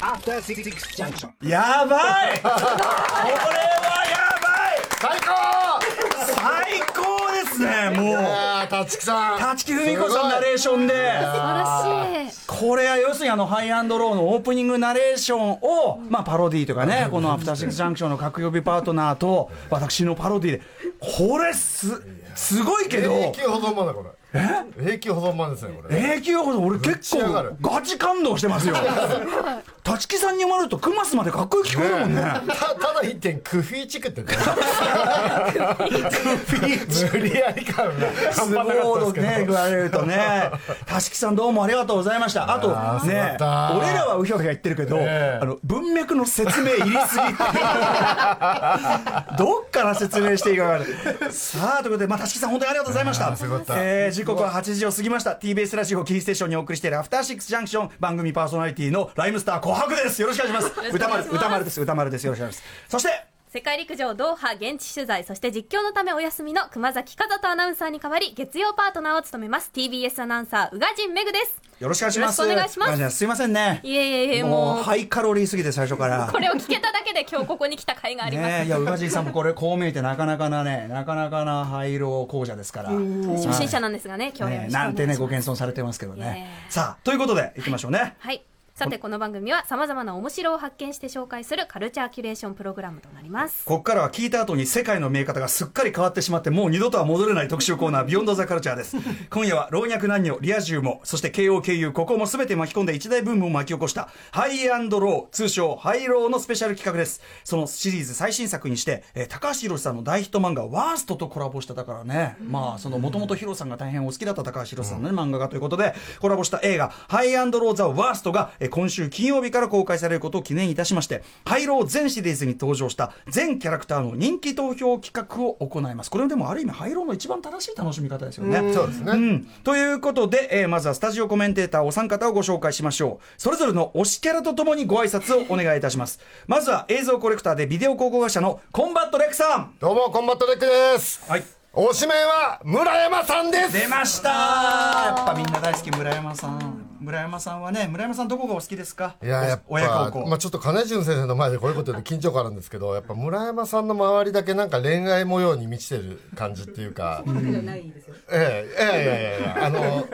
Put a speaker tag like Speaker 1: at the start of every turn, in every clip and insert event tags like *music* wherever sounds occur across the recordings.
Speaker 1: After Six Junction。
Speaker 2: やばい *laughs* これは
Speaker 3: 最高
Speaker 2: やばい最高ですねもう
Speaker 3: ああ、立木さん。
Speaker 2: 立木文子さんナレーションで
Speaker 4: らしい。
Speaker 2: これは要するにあのハイアンドローのオープニングナレーションを、まあ、パロディーというかねこの「アフターシックス・ジャンクション」の各曜日パートナーと私のパロディーでこれすすごいけ
Speaker 3: 永
Speaker 2: ど
Speaker 3: 久保存版だ、これ。永久保存版ですね、これ。
Speaker 2: 永久ほど俺結
Speaker 3: ぶち上が
Speaker 2: 構
Speaker 3: る
Speaker 2: ガチ感動して
Speaker 3: *laughs*
Speaker 2: ますよ立木さんに読まれるとクマスまでかっこよく聞こえるもんね
Speaker 3: たただ一点、クフィーチクってね。クフィーチク。無理やり感が。
Speaker 2: スボードね言われるとね立木さんどうもありがとうございましたあと
Speaker 3: ー
Speaker 2: ね
Speaker 3: そうだった
Speaker 2: 俺らはうひょうひょ言ってるけど、
Speaker 3: ええ
Speaker 2: あの文脈の説明い *laughs* りすぎっていうどっから説明していいか分かるさあということで、まあ、立木さん本当にありがとうございました
Speaker 3: あーすごかった
Speaker 2: えー時刻は8時を過ぎました TBS ラジオキーステーションにお送りしている「アフターシックスジャンクション」番組パーソナリティのライムスター琥珀ですよろしくお願いします
Speaker 4: よろしく
Speaker 2: 歌
Speaker 4: お願い
Speaker 2: 丸
Speaker 4: します
Speaker 2: 歌丸です歌丸ですよろしくお願いしますそして
Speaker 4: 世界陸上ドーハ現地取材そして実況のためお休みの熊崎和人アナウンサーに代わり月曜パートナーを務めます TBS アナウンサー宇賀神めぐです
Speaker 2: よろしくお願いします
Speaker 4: よろしくお願いします
Speaker 2: 宇賀神すいませんね
Speaker 4: いえいえいえもう
Speaker 2: もうハイカロリーすぎて最初から
Speaker 4: これを聞けただけで今日ここに来た甲斐があります、
Speaker 2: ねえいや宇賀神さんもこれこう見えてなかなかなねなかなかな灰色講者ですから
Speaker 4: 初心者なんですがね今日はよ
Speaker 2: ね
Speaker 4: ろ
Speaker 2: え
Speaker 4: しくお願
Speaker 2: ない
Speaker 4: します
Speaker 2: んてねご謙遜されてますけど
Speaker 4: いやい
Speaker 2: ね
Speaker 4: や
Speaker 2: さあということでいきましょうね
Speaker 4: はいさてこの番組はさまざまな面白を発見して紹介するカルチャーキュレーションプログラムとなります
Speaker 2: *laughs* ここからは聞いた後に世界の見え方がすっかり変わってしまってもう二度とは戻れない特集コーナー「ビヨンドザカルチャー
Speaker 4: *laughs*
Speaker 2: です今夜は老若男女リア充もそして KOKU ここも全て巻き込んで一大ブームを巻き起こしたハイアンドロー通称ハイローのスペシャル企画ですそのシリーズ最新作にして、えー高橋宏さんの大ヒット漫画「ワースト」とコラボしただからね、まあそのもともとヒロさんが大変お好きだった高橋宏さんの、ね漫画家ということでコラボした映画「ハイアンドローザワーストがえー今週金曜日から公開されることを記念いたしましてハイロー全シリーズに登場した全キャラクターの人気投票企画を行いますこれでもある意味ハイローの一番正しい楽しみ方ですよね
Speaker 3: そうですね
Speaker 2: んということで、えーまずはスタジオコメンテーターお三方をご紹介しましょうそれぞれの推しキャラとともにご挨拶をお願いいたしますまずは映像コレクターでビデオ考古学者のコンバットレックさん
Speaker 3: どうも、コンバットレックです。
Speaker 2: はい
Speaker 3: おしめは、村山さんです。
Speaker 2: 出ましたやっぱみんな大好き村山さん村山さんはね村山さんどこがお好きですか
Speaker 3: いややっ
Speaker 2: 親
Speaker 3: ぱ
Speaker 2: 孝、行、
Speaker 3: まあ、ちょっと金潤先生の前でこういうことで緊張感あるんですけどやっぱ村山さんの周りだけなんか恋愛模様に満ちてる感じっていうか、ええええええええあの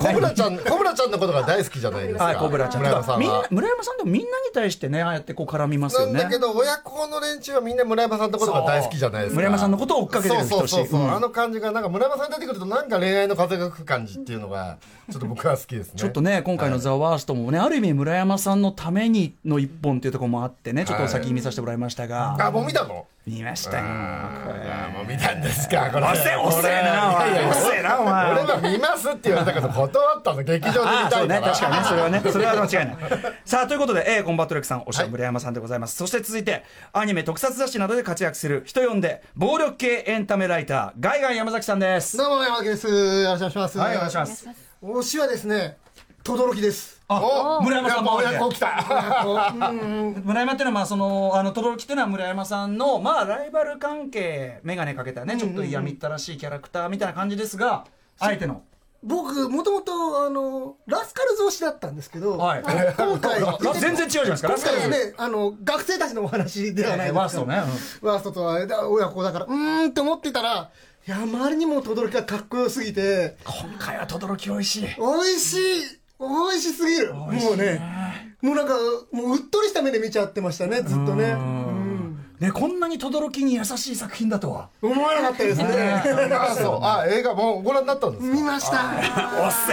Speaker 3: 小村ちゃん小村ちゃんのことが大好きじゃないですか、
Speaker 2: はい、コブラちゃん。
Speaker 3: 村山さん
Speaker 2: みん
Speaker 3: は
Speaker 2: な。村山さんでもみんなに対してね、ああやってこう絡みますよ
Speaker 3: な
Speaker 2: ね。
Speaker 3: んだけど親子の連中はみんな村山さんのことが大好きじゃないですか
Speaker 2: 村山さんのことを追っかけてる人
Speaker 3: そうそうそうそう、
Speaker 2: うん
Speaker 3: あの感じがなんか村山さん出てくるとなんか恋愛の風が吹く感じっていうのがちょっと僕は好きですね
Speaker 2: ちょっとね、今回のザ・ワーストもね、ある意味村山さんのためにの一本っていうところもあってね、ちょっとお先に見させてもらいましたが、
Speaker 3: あもう見たの
Speaker 2: 見ましたよ。
Speaker 3: あもう見たんですかこれ
Speaker 2: おせえ、おせえな、お
Speaker 3: いや
Speaker 2: 前。
Speaker 3: いや
Speaker 2: おせえな、お前。
Speaker 3: 俺は見ますって言われたけど断ったの劇場で見
Speaker 2: ああ
Speaker 3: た
Speaker 2: そ
Speaker 3: いう
Speaker 2: ね
Speaker 3: から
Speaker 2: 確かにねそれは
Speaker 3: *laughs*
Speaker 2: ねそれは間違いないさあということで、えーコンバットレックさんおしゃ村山さんでございます、そして続いてアニメ特撮雑誌などで活躍する人呼んで暴力系エンタメライターガイガン山崎さんです
Speaker 5: どうも山崎です。よろしくお願いします。
Speaker 2: はいお願いします
Speaker 5: 推しはですね、轟です。
Speaker 2: あ村山さんも
Speaker 3: 親子来た *laughs*
Speaker 2: 村山っていうのはまあそのあの轟っていうのは村山さんのまあライバル関係眼鏡かけたねちょっと嫌みったらしいキャラクターみたいな感じですがあえての
Speaker 5: 僕もともとあのラスカルズ推しだったんですけど、
Speaker 2: はい
Speaker 5: 今
Speaker 2: *laughs*
Speaker 5: 回
Speaker 2: 全然違うじゃないですか
Speaker 5: 今回はねあの学生たちのお話ではないですか。
Speaker 2: ワーストね
Speaker 5: ワーストとはだ親子だからうーんって思ってたら、いやあまりにも轟がかっこよすぎて、
Speaker 2: 今回は轟美味しい
Speaker 5: 美味しい美味しすぎる。もうね、もうなんかもううっとりした目で見ちゃってましたねずっとね。うん
Speaker 2: ねこんなに轟に優しい作品だとは
Speaker 5: 思わなかったですね。
Speaker 3: あそうあ映画もうご覧になったんです
Speaker 5: 見ました。
Speaker 2: おっせ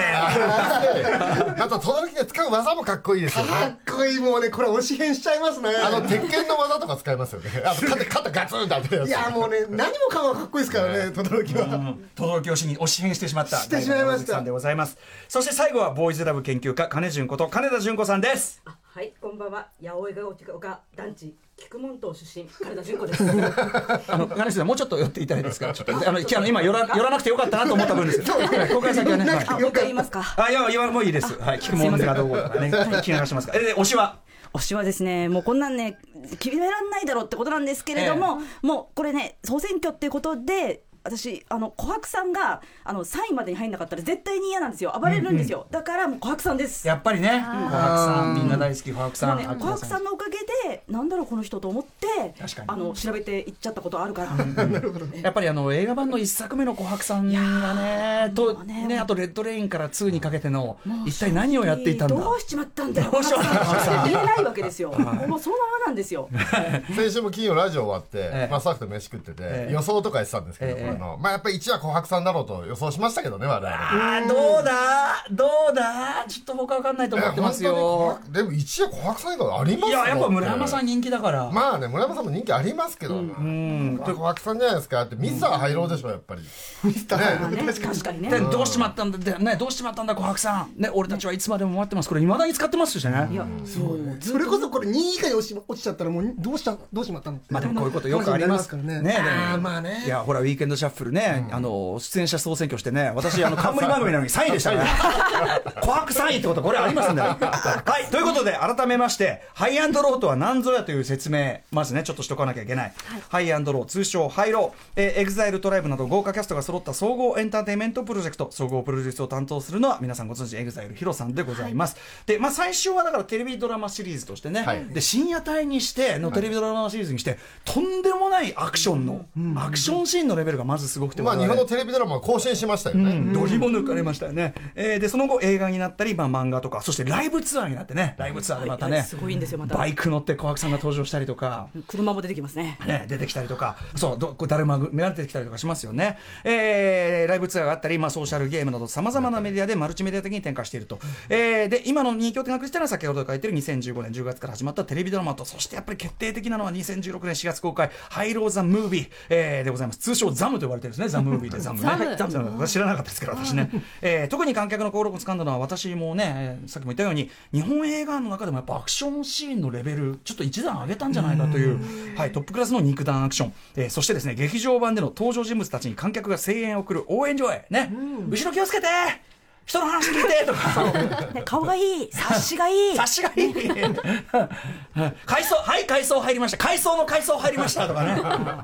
Speaker 2: え
Speaker 3: かあと轟で使う技もかっこいいですよ
Speaker 5: か
Speaker 3: ね
Speaker 5: っこいいもうねこれ推し変しちゃいますね
Speaker 3: あの鉄拳の技とか使いますよねあ *laughs* の肩肩ガツンって当てる
Speaker 5: い
Speaker 3: や
Speaker 5: やもうね何もかもかっこいいですからね轟は
Speaker 2: 轟推しに推し変してしまった
Speaker 5: してしまいました
Speaker 2: ガイガン山崎さんでございますそして最後はボーイズラブ研究家金淳こと金田淳子さんです
Speaker 6: あはい、こんばんは。八百屋が丘団地、菊門島出身、金田純子
Speaker 7: *laughs*
Speaker 6: です。
Speaker 2: あの、金井さん、もうちょっと寄っていただいていいですか。ちょっと、あの、今日の今、寄ら、寄らなくてよかったなと思った分ですよ。公開先はね。はい
Speaker 6: あもう一回言いますか。
Speaker 2: あ、いや、言わもういいです。はい、聞くもんがどうこうとかね、聞き流しますから。え、で推しは。
Speaker 7: 推しはですね、もうこんなんね、決めらんないだろうってことなんですけれども、もうこれね、総選挙っていうことで、私あの琥珀さんがあの3位までに入んなかったら絶対に嫌なんですよ暴れるんですよ、だからもう琥珀さんです
Speaker 2: やっぱりね、琥珀さん、みんな大好き、琥珀
Speaker 7: も
Speaker 2: さ。
Speaker 7: うんね、琥珀さんのおかげでなんだろうこの人と思って
Speaker 2: 確かに
Speaker 7: あの調べていっちゃったことあるから
Speaker 2: やっぱりあの映画版の一作目の琥珀さんがね、と
Speaker 7: もうね
Speaker 2: ね、あとレッドレインから2にかけての、一体何
Speaker 7: 何
Speaker 2: をやっていたんだ。
Speaker 7: どうしちまったんだ
Speaker 2: *laughs*
Speaker 7: よ
Speaker 2: どうしよう
Speaker 7: 琥珀さん言えないわけですよもうそのままなんですよ
Speaker 3: 先週も金曜ラジオ終わって、
Speaker 2: ええ
Speaker 3: まあ、スタッフと飯食ってて、
Speaker 2: ええ
Speaker 3: 予想とか言ってたんですけど、
Speaker 2: ええ
Speaker 3: これのまあ、やっぱり1は琥珀さんだろうと予想しましたけどね我々
Speaker 2: あーどうだどうだちょっと僕は分かんないと思ってますよ。
Speaker 3: いや本当に琥珀でも1は琥珀さん以外ありま
Speaker 2: い
Speaker 3: す
Speaker 2: や、やっぱ村山さん
Speaker 3: に
Speaker 2: 人気だから。
Speaker 3: まあね村山さんも人気ありますけど、うん
Speaker 2: うん。
Speaker 3: 琥珀さんじゃないですかだってミスター入ろうでしょやっぱり、
Speaker 7: まあね確かにね
Speaker 2: でどうしちまったんだでねどうしちまったんだ琥珀さんね俺たちはいつまでも待ってますこれ未だに使ってますしね
Speaker 7: いやそう
Speaker 5: それこそこれ2位以下に落ち落ちちゃったらもうどうしたどうしまったの
Speaker 2: まあでもこういうことよくあります
Speaker 5: 話になり
Speaker 2: ね
Speaker 5: ますからね
Speaker 2: で
Speaker 5: あー
Speaker 2: も
Speaker 5: まあね
Speaker 2: いやほらウィークエンドシャッフルね、あの出演者総選挙してね私あの *laughs* 冠番組なのに3位で *laughs* したね琥珀3位ってことこれありますんだよ *laughs* はいということで改めましてハイアンドローとは何ぞやという説明まずねちょっとしとかなきゃいけない、ハイアンドロー通称ハイロー、えー、エグザイルトライブなど豪華キャストが揃った総合エンターテインメントプロジェクト総合プロデュースを担当するのは皆さんご存知エグザイルヒロさんでございます、でまあ最初はだからテレビドラマシリーズとしてね、
Speaker 3: はい
Speaker 2: で深夜帯にしてのテレビドラマシリーズにして、とんでもないアクションの、アクションシーンのレベルがまずすごくて、
Speaker 3: まあ
Speaker 2: 我
Speaker 3: 日
Speaker 2: 々
Speaker 3: 本のテレビドラマは更新しましたよね、
Speaker 2: うん、どぎも抜かれましたよね、えーでその後映画になったり、まあ、漫画とかそしてライブツアーになってねライブツアーでまたね、
Speaker 7: はいすごいんですよまた
Speaker 2: バイク乗って琥珀さんが登場したりとか。
Speaker 7: 車も出てきますね
Speaker 2: ね、出てきたりとか、そう、どこうだるまぐ見られてきたりとかしますよね。えーライブツアーがあったり、まあ、ソーシャルゲームなど、さまざまなメディアでマルチメディア的に展開していると。えーで、今の二拠点がしたのは、先ほど書いてる2015年10月から始まったテレビドラマと、そしてやっぱり決定的なのは2016年4月公開、ハイローザ・ムービー、えーでございます。通称ザムと呼ばれてるんですね、ザ・ムービーでザムね。
Speaker 4: ザム
Speaker 2: はいザム知らなかったですから、私ね。えー特に観客の心を掴んだのは、私もね、えーさっきも言ったように、日本映画の中でもやっぱアクションシーンのレベル、ちょっと一段上げたんじゃないかという、はい、トップクラスの肉弾アクション、えーそしてですね、劇場版での登場人物たちに観客が声援を送る応援上映、ね、後ろ気をつけて人の話聞いてとか、
Speaker 7: ね顔がいい察しがいい
Speaker 2: 察しがいい *laughs* 海藻、はい、海藻入りました海藻の海藻入りましたとか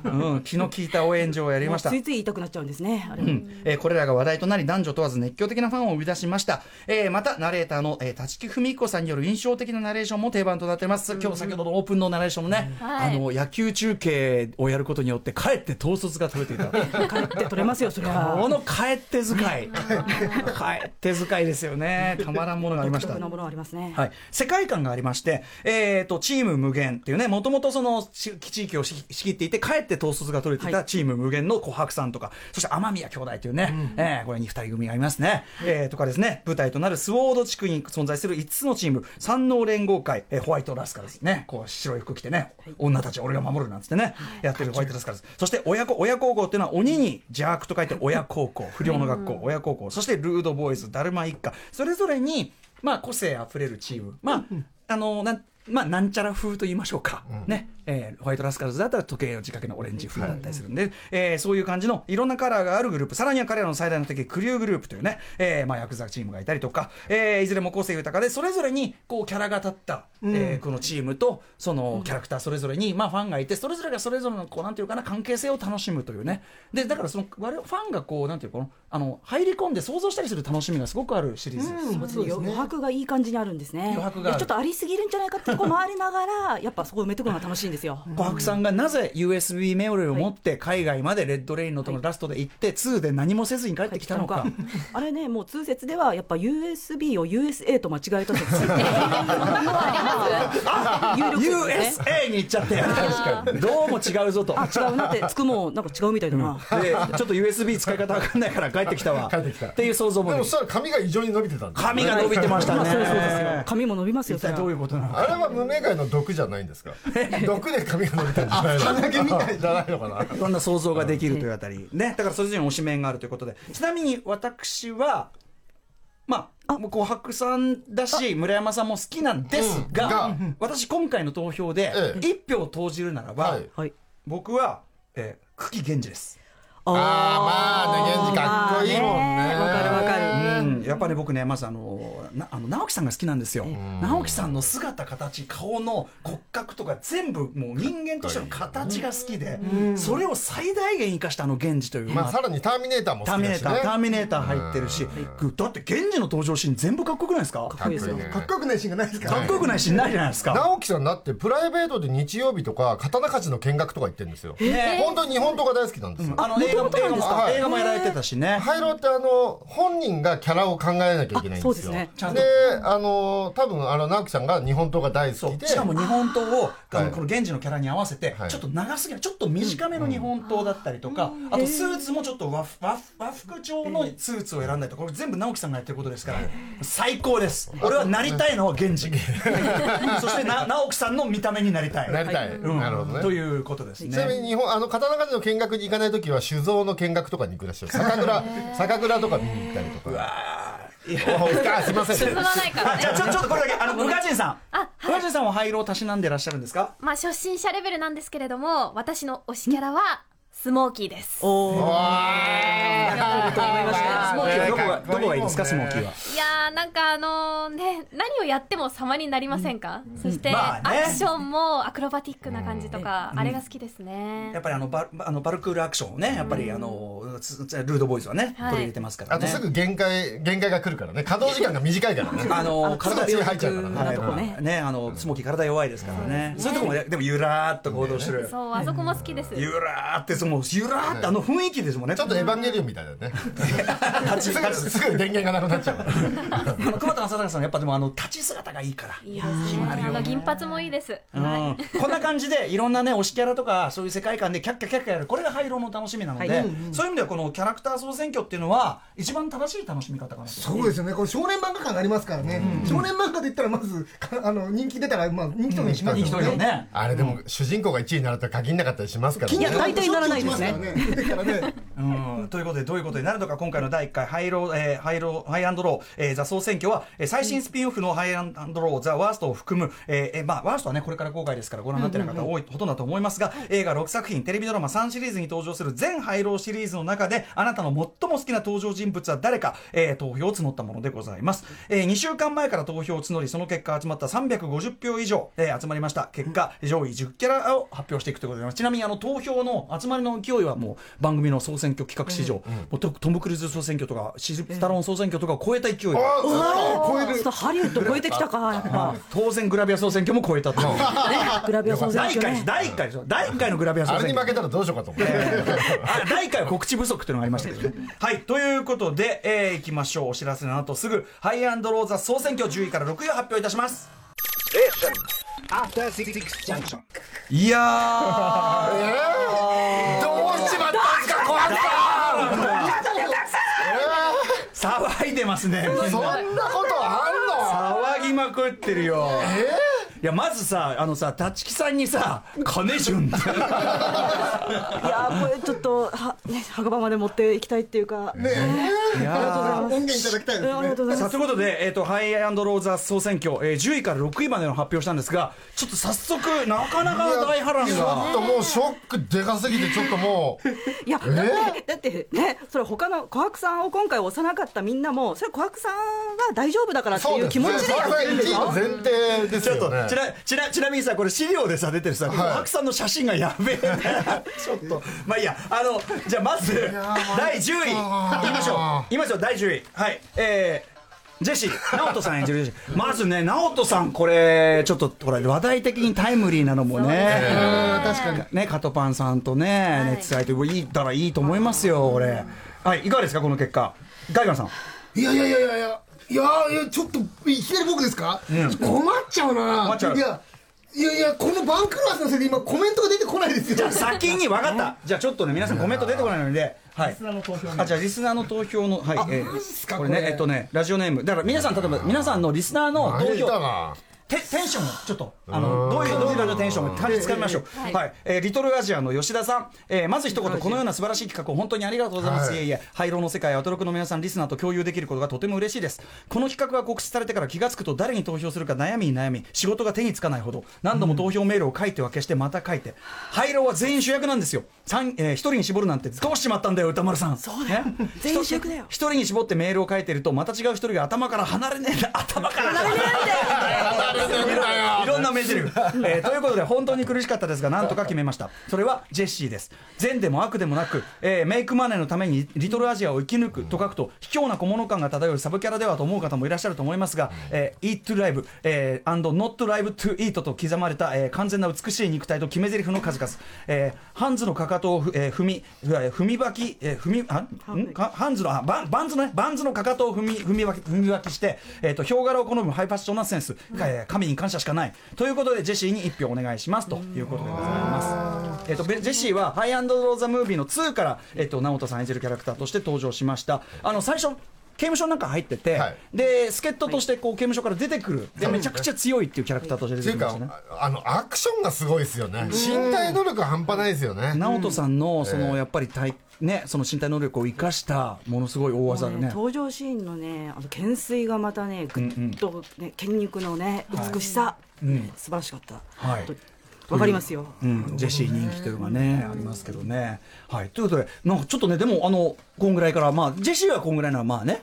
Speaker 2: ね、うん、気の利いた応援上をやりました
Speaker 7: つ。いつい言いたくなっちゃうんですねあれ
Speaker 2: うんえーこれらが話題となり男女問わず熱狂的なファンを生み出しました、えーまたナレーターの、えー、立木文彦さんによる印象的なナレーションも定番となっています今日先ほどのオープンのナレーションもね、
Speaker 4: はい
Speaker 2: あの野球中継をやることによってかえって統率が取れていた
Speaker 7: 帰って取れますよそれは
Speaker 2: この帰って遣い帰って遣いですよねたまらんものがありました
Speaker 7: 独特なものありますね
Speaker 2: はい、世界観がありまして、えー、とチーム無限っていうねもともとその地地域を仕仕切っていてかえって統率が取れてい
Speaker 7: は
Speaker 2: た
Speaker 7: い
Speaker 2: チーム無限の琥珀さんとかそして雨宮兄弟というね、えーこれに2人組がいますね、えーとかですね舞台となるスウォード地区に存在する5つのチーム山王連合会、えーホワイトラスカルズねこう白い服着てね、女たちを俺が守るなんつってね、やってるホワイトラスカルズそして親子親孝行っていうのは鬼に邪悪と書いて親孝行不良の学校親孝行そしてルードボーイズだるま一家それぞれにまあ、個性あふれるチーム、まあ、あのなんまあ、なんちゃら風と言いましょうか、ねえーホワイトラスカルズだったら時計を仕掛けのオレンジ風だったりするんで、えーそういう感じのいろんなカラーがあるグループ、さらには彼らの最大の敵、クリューグループというね、えーまあ、ヤクザチームがいたりとか、えーいずれも個性豊かで、それぞれにこうキャラが立った、えーこのチームと、そのキャラクターそれぞれに、まあ、ファンがいて、それぞれがそれぞれのこうなんていうかな関係性を楽しむというね、でだからその我々ファンがこうなんていうのかなあの、入り込んで想像したりする楽しみがすごくあるシリーズです。
Speaker 7: そうですね余白がいい感じにあるんですね
Speaker 2: 余白がある
Speaker 7: いやちょっとありすぎるんじゃないかってこう回りながらやっぱそこ埋めてくのが楽しいんですよ
Speaker 2: 琥珀さんがなぜ USB メモリを持って海外までレッドレインのところラストで行って2で何もせずに帰ってきたのか
Speaker 7: 帰ってきたのかあれねもう通説ではやっぱ USB を USA と間違えた説有力説ですね
Speaker 2: USA に行っちゃってどうも違うぞと
Speaker 7: あ違うなってつくもんなんか違うみたいだな
Speaker 2: でちょっと USB 使い方わかんないから帰ってきたわ
Speaker 3: *laughs* 帰ってきた
Speaker 2: っていう想像も
Speaker 3: で
Speaker 2: で
Speaker 3: も
Speaker 2: き
Speaker 3: そしたら髪が異常に伸びてたんですよね
Speaker 2: 髪が伸びてました
Speaker 7: まあそうそうですよ
Speaker 2: ね
Speaker 7: 髪も伸びますよ
Speaker 2: 一
Speaker 7: それ
Speaker 2: 体ど
Speaker 7: は
Speaker 2: ういうことなのか
Speaker 3: あれは無名街の毒じゃないんですか毒で髪が伸びたんじゃないの鼻毛みたいじゃないのかない
Speaker 2: ろんな想像ができるというあたり、ね、だからそれぞれに推しメンがあるということで、ちなみに私は、まあ、もう琥珀さんだし、村山さんも好きなんですが、
Speaker 3: うん
Speaker 2: 私、今回の投票で
Speaker 3: ええ
Speaker 2: 1票投じるならば、
Speaker 3: はい
Speaker 7: はい
Speaker 2: 僕は、えー久喜源氏です。
Speaker 3: あーまあね源氏かっこいいもんね
Speaker 7: わかるわかる
Speaker 2: うんやっぱり僕ねまずあのなあの直樹さんが好きなんですよ直樹さんの姿形顔の骨格とか全部もう人間としての形が好きでそれを最大限生かしたあの源氏という、ま
Speaker 3: まあ
Speaker 2: あ
Speaker 3: さらにターミネーターも
Speaker 2: タ
Speaker 3: 好
Speaker 2: ー
Speaker 3: き
Speaker 2: ミネ
Speaker 3: だ
Speaker 2: ー
Speaker 3: し
Speaker 2: タ
Speaker 3: ね
Speaker 2: ー、ターミネーター入ってるし、だって源氏の登場シーン全部かっこよくないですかか
Speaker 3: かっこいいですよ
Speaker 5: かっこよくないシーンがないですか
Speaker 2: っこよくないシーンないじゃないですか。
Speaker 3: 直樹さんだってプライベートで日曜日とか刀鍛冶の見学とか行ってるんですよ
Speaker 2: ね
Speaker 3: 本当に日本刀が大好きなんですよ
Speaker 2: あの映画も映画
Speaker 3: か
Speaker 2: も映画もやられてたしね。
Speaker 3: ハイローってあの本人がキャラを考えなきゃいけないんですよ
Speaker 7: あそうですね
Speaker 2: ちゃんと
Speaker 3: であの多分あの直樹さんが日本刀が大好きで
Speaker 2: しかも日本刀をあの
Speaker 3: はい
Speaker 2: この源氏のキャラに合わせて
Speaker 3: はい
Speaker 2: ちょっと長すぎないちょっと短めの日本刀だったりとかあとスーツもちょっと和服和服和服調のスーツを選んだりとかこれ全部直樹さんがやってることですから最高です俺はなりたいのは源氏 *laughs* そしてな直樹さんの見た目になりたい
Speaker 3: なりたい、
Speaker 2: うん
Speaker 3: なるほどね
Speaker 2: ということです
Speaker 3: ちなみ
Speaker 2: ね
Speaker 3: に日本あの刀鍛冶の見学に行かないときは酒造の見学とかに行くらしいよ酒蔵酒蔵とか見に行ったりとか
Speaker 2: いや
Speaker 3: おあすいません
Speaker 4: 進まないから
Speaker 2: あ
Speaker 4: ね
Speaker 2: じゃあちょちょっとこれだけあの宇賀神さん
Speaker 4: あ
Speaker 2: 宇賀神さんは灰色をたしなんでらっしゃるんですか
Speaker 4: まあ初心者レベルなんですけれども私の推しキャラはスモーキーです
Speaker 7: と思いました
Speaker 2: スモーキーはどこがどこがいいですかスモーキーは。
Speaker 4: いやーなんかあのね何をやっても様になりませんか、そして、
Speaker 2: まあね
Speaker 4: アクションもアクロバティックな感じとか、あれが好きですね、
Speaker 2: やっぱりあのバあのバルクールアクションをね、やっぱりあのつつルードボーイズはね、
Speaker 4: は
Speaker 2: 取
Speaker 4: い
Speaker 2: り入れてますからね。
Speaker 3: あとすぐ限界限界が来るからね稼働時間が短いからね
Speaker 2: *laughs* あの
Speaker 3: すぐ
Speaker 2: 体
Speaker 3: 血入っちゃうからね、
Speaker 2: はい
Speaker 7: とこね
Speaker 2: ね、あのスモーキー体弱いですからね。そういうとこもねでもゆらーっと行動してる。
Speaker 4: そうあそこも好きです、
Speaker 2: ゆらーってそのゆらーってあの雰囲気ですもんね。
Speaker 3: ちょっとエヴァンゲリオンみたいだよねすぐすぐ電源がなくなっちゃうから
Speaker 2: あの熊田正孝さんやっぱでもあの立ち姿がいいから。
Speaker 4: いいですねあの銀髪もいいです、はい
Speaker 2: うんこんな感じでいろんなね推しキャラとかそういう世界観でキャッキャキャッキャやるこれがハイローの楽しみなので、
Speaker 7: はい
Speaker 2: そういう意味ではこのキャラクター総選挙っていうのは一番正しい楽しみ方かなと
Speaker 5: そうですよねこれ少年漫画感がありますからね、少年漫画で言ったらまずかあの人気出たら、まあ、人気投票にします
Speaker 2: いい人
Speaker 5: よ
Speaker 2: よ
Speaker 5: ね、
Speaker 2: ね。
Speaker 3: あれでも主人公が1位になると限んなかったりしますから
Speaker 7: いや
Speaker 3: ね
Speaker 7: 大体ならないですね
Speaker 5: だからね
Speaker 2: うんということでどういうことになるのか今回の第1回ハイロー、えーハイローハイアンドロー、えーザ総選挙は、えー最新スピンオフのハイアンドローザワーストを含む、えーえーまあワーストはねこれから公開ですからご覧になってない方多い、ほとんどだと思いますが映画6作品テレビドラマ3シリーズに登場する全ハイローシリーズの中であなたの最も好きな登場人物は誰か、えー投票を募ったものでございます、え2週間前から投票を募りその結果集まった350票以上、えー集まりました結果上位10キャラを発表していくということでございますちなみにあの投票の集まりの勢いはもう番組の総選挙企画史上、もうトトム・クルーズ総選挙とかシルスタローン総選挙とかを超えた勢いが
Speaker 3: あ
Speaker 5: 超え
Speaker 7: ちょっ
Speaker 5: る
Speaker 7: とハリウッド超えてきたかやっ
Speaker 2: *laughs*
Speaker 7: ぱ
Speaker 2: 当然グラビア総選挙も超えた *laughs* という
Speaker 7: グラビア総選
Speaker 2: 第1
Speaker 7: 挙
Speaker 2: 回で
Speaker 7: ね
Speaker 2: す第1回ですよ第1回のグラビア総
Speaker 3: あれ
Speaker 2: 選
Speaker 3: に負
Speaker 2: 挙
Speaker 3: けたらどうしようかと思っ
Speaker 2: え
Speaker 3: て
Speaker 2: ー *laughs* あ第1回は告知不足っていうのがありましたけどね。はい、ということで、えーいきましょう。お知らせの後すぐ、ハイアンドローザ総選挙10位から6位を発表いたします。いやー、
Speaker 3: えーどうしちまったんすか小春
Speaker 2: 騒いでますね。みん
Speaker 3: さ
Speaker 2: な
Speaker 3: んそんなことあ
Speaker 2: 騒ぎまくってるよ。いや、まずさ、あのさ、立木さんにさ、金
Speaker 3: *laughs*
Speaker 2: 潤って。
Speaker 7: いやーこれちょっとはね墓場まで持っていきたいっていうかね
Speaker 2: いやー
Speaker 5: 音源いただきたいです
Speaker 7: ありがとうござい
Speaker 2: さ
Speaker 7: ま
Speaker 2: あ
Speaker 7: す
Speaker 2: ということで、えー、とハイアンドローザ総選挙、えー10位から6位までの発表したんですがちょっと早速なかなか大波乱
Speaker 3: んのちょっ
Speaker 2: が
Speaker 3: ともうショックでかすぎてちょっともう
Speaker 7: いやだってだってねそれ他の琥珀さんを今回押さなかったみんなもそれ琥珀さんは大丈夫だからっていう気持ちでやってるんですよ
Speaker 3: 前提です
Speaker 2: ちょっ
Speaker 3: よ
Speaker 2: と
Speaker 3: ね
Speaker 2: ちなちなちなみにさこれ資料でさ出てるさ琥珀さんの写真がやべえ *laughs* ちょっとまあいいやあのじゃあまず第10位
Speaker 3: あ
Speaker 2: 言いましょう言いましょう第10位はいえージェシー直人さん演じるジェシーまずね直人さんこれちょっとこれ話題的にタイムリーなのもね
Speaker 5: 確かに
Speaker 2: ね、カトパンさんとね、熱愛といういいたらいいと思いますよ、俺。はい、いかがですか、この結果。ガイガンさん。
Speaker 5: いやいやいやいやいやいやいやちょっといきなり僕ですか、困っちゃうな
Speaker 2: 困っちゃう
Speaker 5: いやいやいやこの番狂わせのせいで今コメントが出てこないですよ
Speaker 2: じゃあ、先に分かった。じゃあ、ちょっとね、皆さんコメント出てこないので。はい。あ、じゃあ、リスナーの投票の、はい、えー
Speaker 5: すか
Speaker 2: これね
Speaker 5: こ、れ
Speaker 2: えっとね、ラジオネーム、だから、皆さん、例えば、皆さんのリスナーの投
Speaker 3: 前
Speaker 2: 票
Speaker 3: だ。な
Speaker 2: テテンションをちょっとあのどういうどういう感じのテンションを感じつかみましょう、はいえーリトルアジアの吉田さん、えーまず一言このような素晴らしい企画を本当にありがとうございます、
Speaker 3: はい
Speaker 2: いえいえ廃炉の世界アトロクの皆さんリスナーと共有できることがとても嬉しいですこの企画が告知されてから気がつくと誰に投票するか悩みに悩み仕事が手につかないほど何度も投票メールを書いては消してまた書いて廃炉は全員主役なんですよ三えー一人に絞るなんてどうしちまったんだよ歌丸さんそうだよ、ね
Speaker 7: 全員主役だよ
Speaker 2: 一人に絞ってメールを書いてるとまた違う一人が頭から離れねえんだ頭から離れねえんだよいろんな目汁が、えーということで本当に苦しかったですがなんとか決めましたそれはジェシーです善でも悪でもなく、えーメイクマネーのためにリトルアジアを生き抜くと書くと卑怯な小物感が漂うサブキャラではと思う方もいらっしゃると思いますが「えー、Eat to Live」えー「and Not Live to Eat」と刻まれた、えー完全な美しい肉体と決め台詞の数々、えーハンズのかかとをふ、えー踏み、えー踏みばき、えー踏み、あんかハンズのあバンバンズのねバンズのかかとを踏み踏みばき踏みばきして、えー、とヒョウ柄を好むハイパッションなセンス、えー神に感謝しかないということでジェシーに1票お願いしますということでございます、えー、とべジェシーは「ハイアンドローザムービーの2から、えー、と直人さん演じるキャラクターとして登場しましたあの最初刑務所なんか入ってて、
Speaker 3: はい
Speaker 2: で助っ人としてこう刑務所から出てくるでめちゃくちゃ強いっていうキャラクターとして出
Speaker 3: て
Speaker 2: て
Speaker 3: い
Speaker 2: き
Speaker 3: う
Speaker 2: ましたね
Speaker 3: かああのアクションがすごいですよね身体能力半端ないですよね
Speaker 2: 直人さんのそ
Speaker 3: え
Speaker 2: の
Speaker 3: え
Speaker 2: やっぱり体ねその身体能力を生かしたものすごい大技
Speaker 7: も
Speaker 2: で
Speaker 7: う
Speaker 2: ね
Speaker 7: ね登場シーンのねあの懸垂がまたねぐっとね筋肉のね美しさ、ね素晴らしかった、
Speaker 2: はい
Speaker 7: とわかりますよ、
Speaker 2: うん、ジェシー人気というのがね、ありますけどね。はい、ということで、なんかちょっとね、でも、あの、こんぐらいから、まあ、ジェシーはこんぐらいなら、まあね。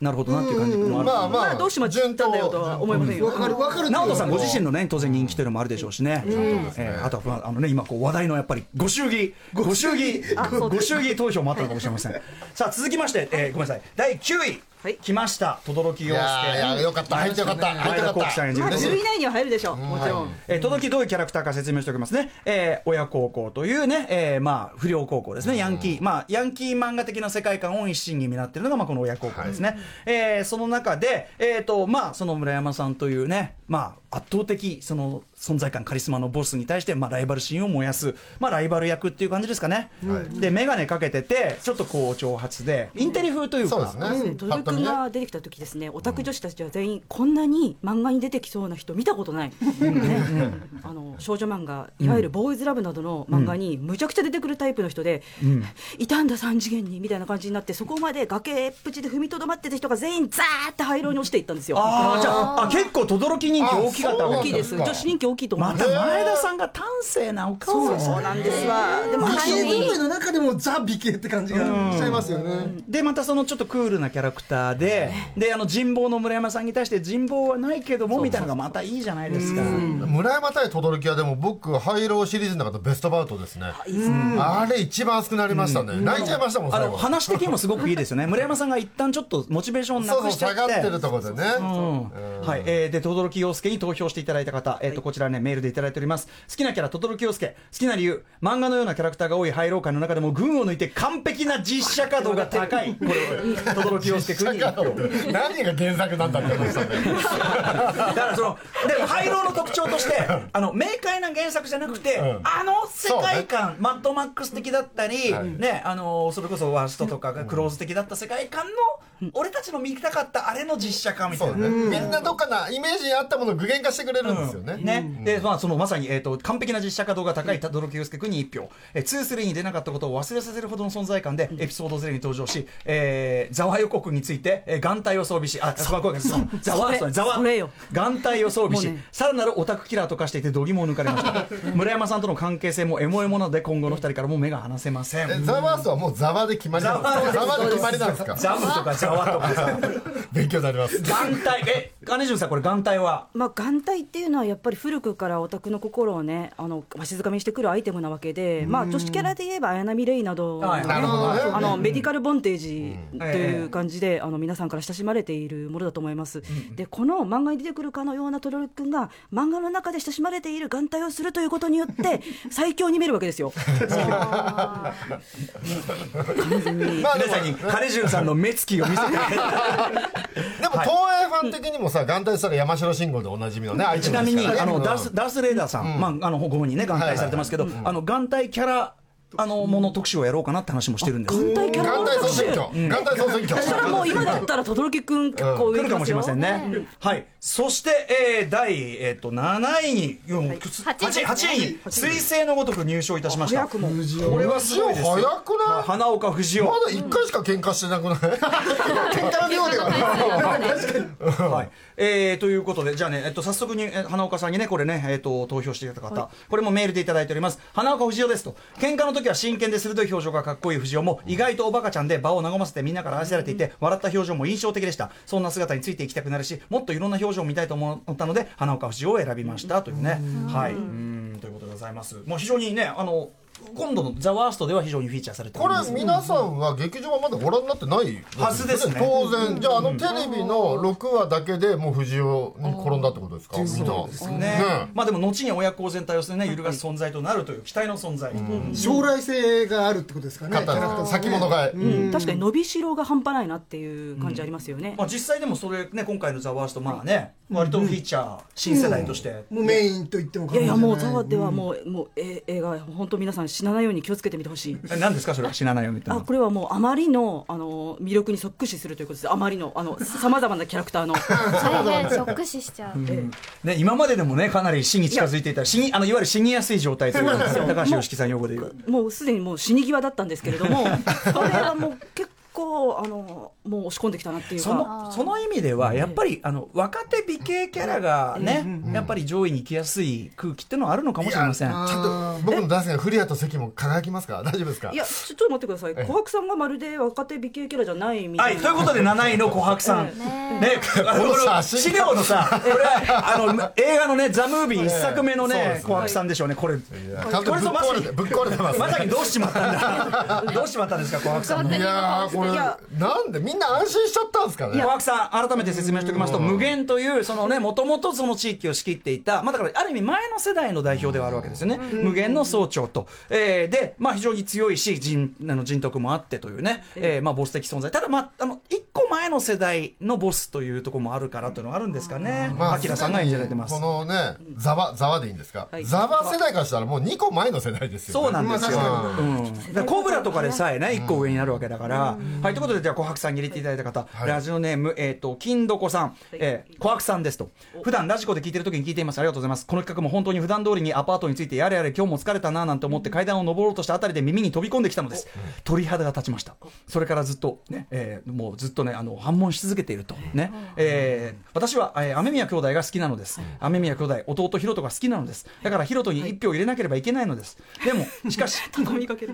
Speaker 2: なるほどなっていう感じもある
Speaker 3: まあま
Speaker 7: まあ
Speaker 3: あ
Speaker 7: どうしてもちったんだよとは思いませんよ、
Speaker 5: わかるわかる
Speaker 2: 直人さんご自身のね当然人気というのもあるでしょうしね、えーあとはまああのね今こう話題のやっぱりご祝儀ご祝儀ごご祝儀投票もあったのかもしれ
Speaker 3: *laughs*
Speaker 2: ませんさあ続きまして、えーごめんなさい第9位、
Speaker 7: はい
Speaker 2: 来ました轟
Speaker 3: い
Speaker 2: 洋
Speaker 3: やいや
Speaker 2: 介
Speaker 3: よかった入ってよかった入ってよ
Speaker 2: 前田
Speaker 3: かっ
Speaker 2: 幸喜さん
Speaker 3: た
Speaker 2: 演じ
Speaker 7: まあ
Speaker 2: る
Speaker 7: 10位以内には入るでしょうもちろん、
Speaker 2: えー、届きどういうキャラクターか説明しておきますね、えー親孝行というね、えーまあ、不良高校ですね、ヤンキー、まあ、ヤンキー漫画的な世界観を一心に担っているのが、まあ、この親孝行ですね、えーその中で、えーとまあ、その村山さんというね、まあ、圧倒的その存在感、カリスマのボスに対して、まあ、ライバル心を燃やす、まあ、ライバル役っていう感じですかね、
Speaker 3: はい
Speaker 2: で眼鏡かけてて、ちょっとこう挑発で、インテリ風というか。
Speaker 3: そうですね
Speaker 7: ト
Speaker 3: ぱ
Speaker 7: ル
Speaker 3: っと見
Speaker 7: 君
Speaker 3: ね
Speaker 7: が出てきた時ですね、オタク女子たちは全員こんなに漫画に出てきそうな人見たことない、ね、あの少女漫画いわゆるボーイズラブなどの漫画にむちゃくちゃ出てくるタイプの人で、いたんだ三次元にみたいな感じになってそこまで崖っぷちで踏みとどまってた人が全員ザーって廃炉に落ちていったんですよ
Speaker 2: あーじゃああ結構轟人気大きかったわ
Speaker 7: 大
Speaker 2: け
Speaker 7: きい
Speaker 2: だ
Speaker 7: です女子人気大きいと思い
Speaker 2: ま
Speaker 7: ま
Speaker 2: た
Speaker 7: す
Speaker 2: 前田さんが端正なお顔を
Speaker 7: そうなんですわでも
Speaker 5: 美
Speaker 7: 廃
Speaker 5: 形
Speaker 7: 炉に
Speaker 5: 同盟の中でもザ美形って感じがしちゃいますよね
Speaker 2: でまたそのちょっとクールなキャラクターでであの人望の村山さんに対して人望はないけどもみたいなのがまたいいじゃないですか
Speaker 3: 村山対轟はでも僕ハイローシリーズの中でベストバウトですねあれ一番熱くなりましたね泣いちゃいましたもん
Speaker 2: あ
Speaker 3: 最
Speaker 2: の
Speaker 3: 後
Speaker 2: 話的にもすごくいいですよね村山さんが一旦ちょっとモチベーションな
Speaker 3: そうそ
Speaker 2: く
Speaker 3: う
Speaker 2: しちゃっ
Speaker 3: 下
Speaker 2: て
Speaker 3: がってるところでね
Speaker 2: うんはい、えー、で轟洋介に投票していただいた方、えっ、と、こちらね、メールでいただいております。好きなキャラ、轟洋介。好きな理由、漫画のようなキャラクターが多い廃老界の中でも、群を抜いて完璧な実写稼働が高
Speaker 3: *laughs*
Speaker 2: い。これ、轟洋介君に。
Speaker 3: 下がってる何が原作なんだって話したんだよ
Speaker 2: だからそのでも廃炉の特徴としてあの明快な原作じゃなくて、
Speaker 3: ん
Speaker 2: あの世界観、マッドマックス的だったり、ねあのそれこそワーストとかがクローズ的だった世界観の、俺たちの見たかったあれの実写化みたい
Speaker 3: そう
Speaker 2: な
Speaker 3: ねみんなどっかなイメージに合ったものを具現化してくれるんですよね
Speaker 2: ね、で、まあ、そのまさに、えっ、と、完璧な実写化動画高い轟洋介君に一票。えー、ツースリーに出なかったことを忘れさせるほどの存在感で、エピソードゼロに登場し。えー、ざわ予告について、えー、眼帯を装備し、あ、ざわ、ざわ、そうざわ
Speaker 7: それよ。
Speaker 2: 眼帯を装備し
Speaker 7: もうね、
Speaker 2: さらなるオタクキラーと化していて、度肝を抜かれま
Speaker 7: *laughs*
Speaker 2: した。村山さんとの関係性もエモエモなので、今後の二人からも目が離せません。
Speaker 3: えザワースはもうザワで決まりなんですか
Speaker 2: ザ
Speaker 3: ザ
Speaker 2: ワ
Speaker 3: ワで決まりなんですか
Speaker 2: ザムとかざわとかさ、
Speaker 3: 勉強にな
Speaker 2: *laughs*
Speaker 3: ります
Speaker 2: 眼帯、え、金潤さん、これ眼帯は。
Speaker 7: まあ、眼帯っていうのはやっぱり古くからオタクの心をねあのわしづかみにしてくるアイテムなわけで、まあ、女子キャラで言えば綾波レイなどのね、
Speaker 2: はいなる
Speaker 3: ほどね
Speaker 7: あのメディカルボンテージと
Speaker 2: え
Speaker 7: い
Speaker 2: え
Speaker 7: う感じで、あの皆さんから親しまれているものだと思います、でこの漫画に出てくるかのようなトロル君が漫画の中で親しまれている眼帯をするということによって
Speaker 2: *laughs*
Speaker 7: 最強に見えるわけですよ。
Speaker 2: 皆
Speaker 3: まあでも
Speaker 2: さんに、金潤さんの目つきを見せて。
Speaker 3: でも東映ファン的にもさ眼帯したら山城信号でおなじみのねアイテ
Speaker 2: ちな
Speaker 3: ムで
Speaker 2: み
Speaker 3: すか
Speaker 2: に
Speaker 3: らね
Speaker 2: あの
Speaker 3: うん
Speaker 2: ダースダースレーダーさん、まああのご本人ね眼帯されてますけど、あの眼帯キャラあのもの特集をやろうかなって話もしてるんです。
Speaker 7: 眼帯キャラ
Speaker 3: 眼帯
Speaker 2: *laughs*
Speaker 3: 総選挙眼帯総選挙
Speaker 7: それはもう今だったら轟君結
Speaker 2: 来
Speaker 7: 構上
Speaker 2: るか
Speaker 7: に来
Speaker 2: も
Speaker 7: ま
Speaker 2: し
Speaker 7: す
Speaker 2: れ
Speaker 7: よ
Speaker 2: ませんね。はい。そして、えー第、えー、と7位に、いやもうつ
Speaker 4: 八位です
Speaker 2: 八
Speaker 4: ね
Speaker 2: 八位に彗星のごとく入賞いたしました
Speaker 7: 早くも
Speaker 2: これはすごいですよ
Speaker 3: 早くない
Speaker 2: 花岡藤雄
Speaker 3: まだ一回しか喧嘩してなくない *laughs*
Speaker 5: 喧嘩の量ではない
Speaker 2: はいえーということで、じゃあね、えっと、早速に、えー花岡さんにね、これね、えっと、投票していただいた方、これもメールでいただいております。花岡藤代ですと、喧嘩の時は真剣で鋭い表情がかっこいい藤代も、意外とおバカちゃんで場を和ませてみんなから愛されていて、笑った表情も印象的でした。そんな姿についていきたくなるし、もっといろんな表情を見たいと思ったので、花岡藤代を選びましたというね。はい。うんということでございます。もう非常にね、あの、今度のザワーストでは非常にフィーチャーされてお
Speaker 3: こ
Speaker 2: り
Speaker 3: れ
Speaker 2: ます。
Speaker 3: 皆さんは劇場はまだご覧になってない
Speaker 2: はずですね
Speaker 3: 当然じゃああのテレビの6話だけでもう藤尾に転んだってことですかみんな
Speaker 5: そうですね
Speaker 2: ねまあでも後に親子全体をするね揺るがす存在となるという期待の存在、
Speaker 5: 将来性があるってことですかね。
Speaker 3: 肩
Speaker 5: キャラクター
Speaker 3: の
Speaker 5: の
Speaker 3: 先物買い
Speaker 7: うん確かに伸びしろが半端ないなっていう感じありますよね
Speaker 2: ま。あ、実際でもそれね今回の「ザ・ワーストまあね割とフィーチャー新世代として、
Speaker 5: もうメインと言っても過
Speaker 7: いや
Speaker 5: 言
Speaker 7: い
Speaker 5: じゃ
Speaker 7: や
Speaker 5: な
Speaker 7: もうザワではもう、もうえ映画本当皆さん死なないように気をつけてみてほしい。
Speaker 2: え何ですかそれは死なないよみたい
Speaker 7: あ
Speaker 2: な
Speaker 7: これはもうあまりのあの魅力にそっくしするということです。あまりのあのさまざまなキャラクターの。
Speaker 4: 大変ショック死しちゃう
Speaker 2: ね、今まででもねかなり死に近づいていた死にあのいわゆる死にやすい状態というか高橋良樹さん用語で言う
Speaker 7: もうすでにもう死に際だったんですけれども、それはもう結構あのもう押し込んできたなっていう
Speaker 2: そ
Speaker 7: か。
Speaker 2: のその意味ではやっぱりあの若手美形キャラがねやっぱり上位に行きやすい空気ってのはあるのかもしれません
Speaker 3: いやちゃんと僕の大好きな古谷と関も輝きますか大丈夫ですか
Speaker 7: いやちょっと待ってください。琥珀さんがまるで若手美形キャラじゃないみ
Speaker 2: は
Speaker 7: た
Speaker 2: い、
Speaker 7: い
Speaker 2: とい
Speaker 7: な。
Speaker 2: うことで7位の琥珀さん、 *laughs* ね、あの
Speaker 3: こ
Speaker 2: こ
Speaker 3: の
Speaker 2: の
Speaker 3: 写
Speaker 2: 資
Speaker 3: 真
Speaker 2: 料のさ、これあの映画のね、ザ・ムービー1作目のね、琥珀さんでしょうね、これ、
Speaker 3: いや監
Speaker 2: こ
Speaker 3: 督
Speaker 2: れ
Speaker 3: ぶ
Speaker 2: ぞ
Speaker 3: っ
Speaker 2: まさ
Speaker 3: 壊れ
Speaker 2: に
Speaker 3: て、ぶっ壊れてますね
Speaker 2: まさにどうしちま *laughs* ったんだ、どうしちまったんですか、琥珀さんの。
Speaker 3: いやーこれなんでみんな安心しちゃったんですかね
Speaker 2: 小涌さん改めて説明しておきますと無限というそのねもともとその地域を仕切っていた、まあ、だからある意味前の世代の代表ではあるわけですよね無限の総長と、えーで、まあ、非常に強いし人あの人徳もあってというね、えーまあ、ボス的存在ただ、まあ、あの一個前の世代のボスというところもあるからというのがあるんですかね
Speaker 3: ま
Speaker 2: 明さんが演じられてます
Speaker 3: このねざわざわでいいんですか
Speaker 7: はい
Speaker 3: ざわ世代からしたらもう2個前の世代ですよ
Speaker 2: そ
Speaker 3: ね
Speaker 2: うなんですよ、
Speaker 3: まあ確か
Speaker 2: うん、だからコブラとかでさえね1個上になるわけだから、はいということでじゃあ琥珀さんに入れていただいた方、ラジオネーム、えー、と金どこさん、えー琥珀さんですと普段ラジコで聞いてる時に聞いていますありがとうございますこの企画も本当に普段通りにアパートについてやれやれ今日も疲れたななんて思って階段を登ろうとしたあたりで耳に飛び込んできたのです鳥肌が立ちましたそれからずっとね、えーもうずっとねあの反問し続けているとね、えー私は、えー雨宮兄弟が好きなのです雨宮兄弟弟ヒロトが好きなのですだからヒロトに1票入れなければいけないのですでもし *laughs* かし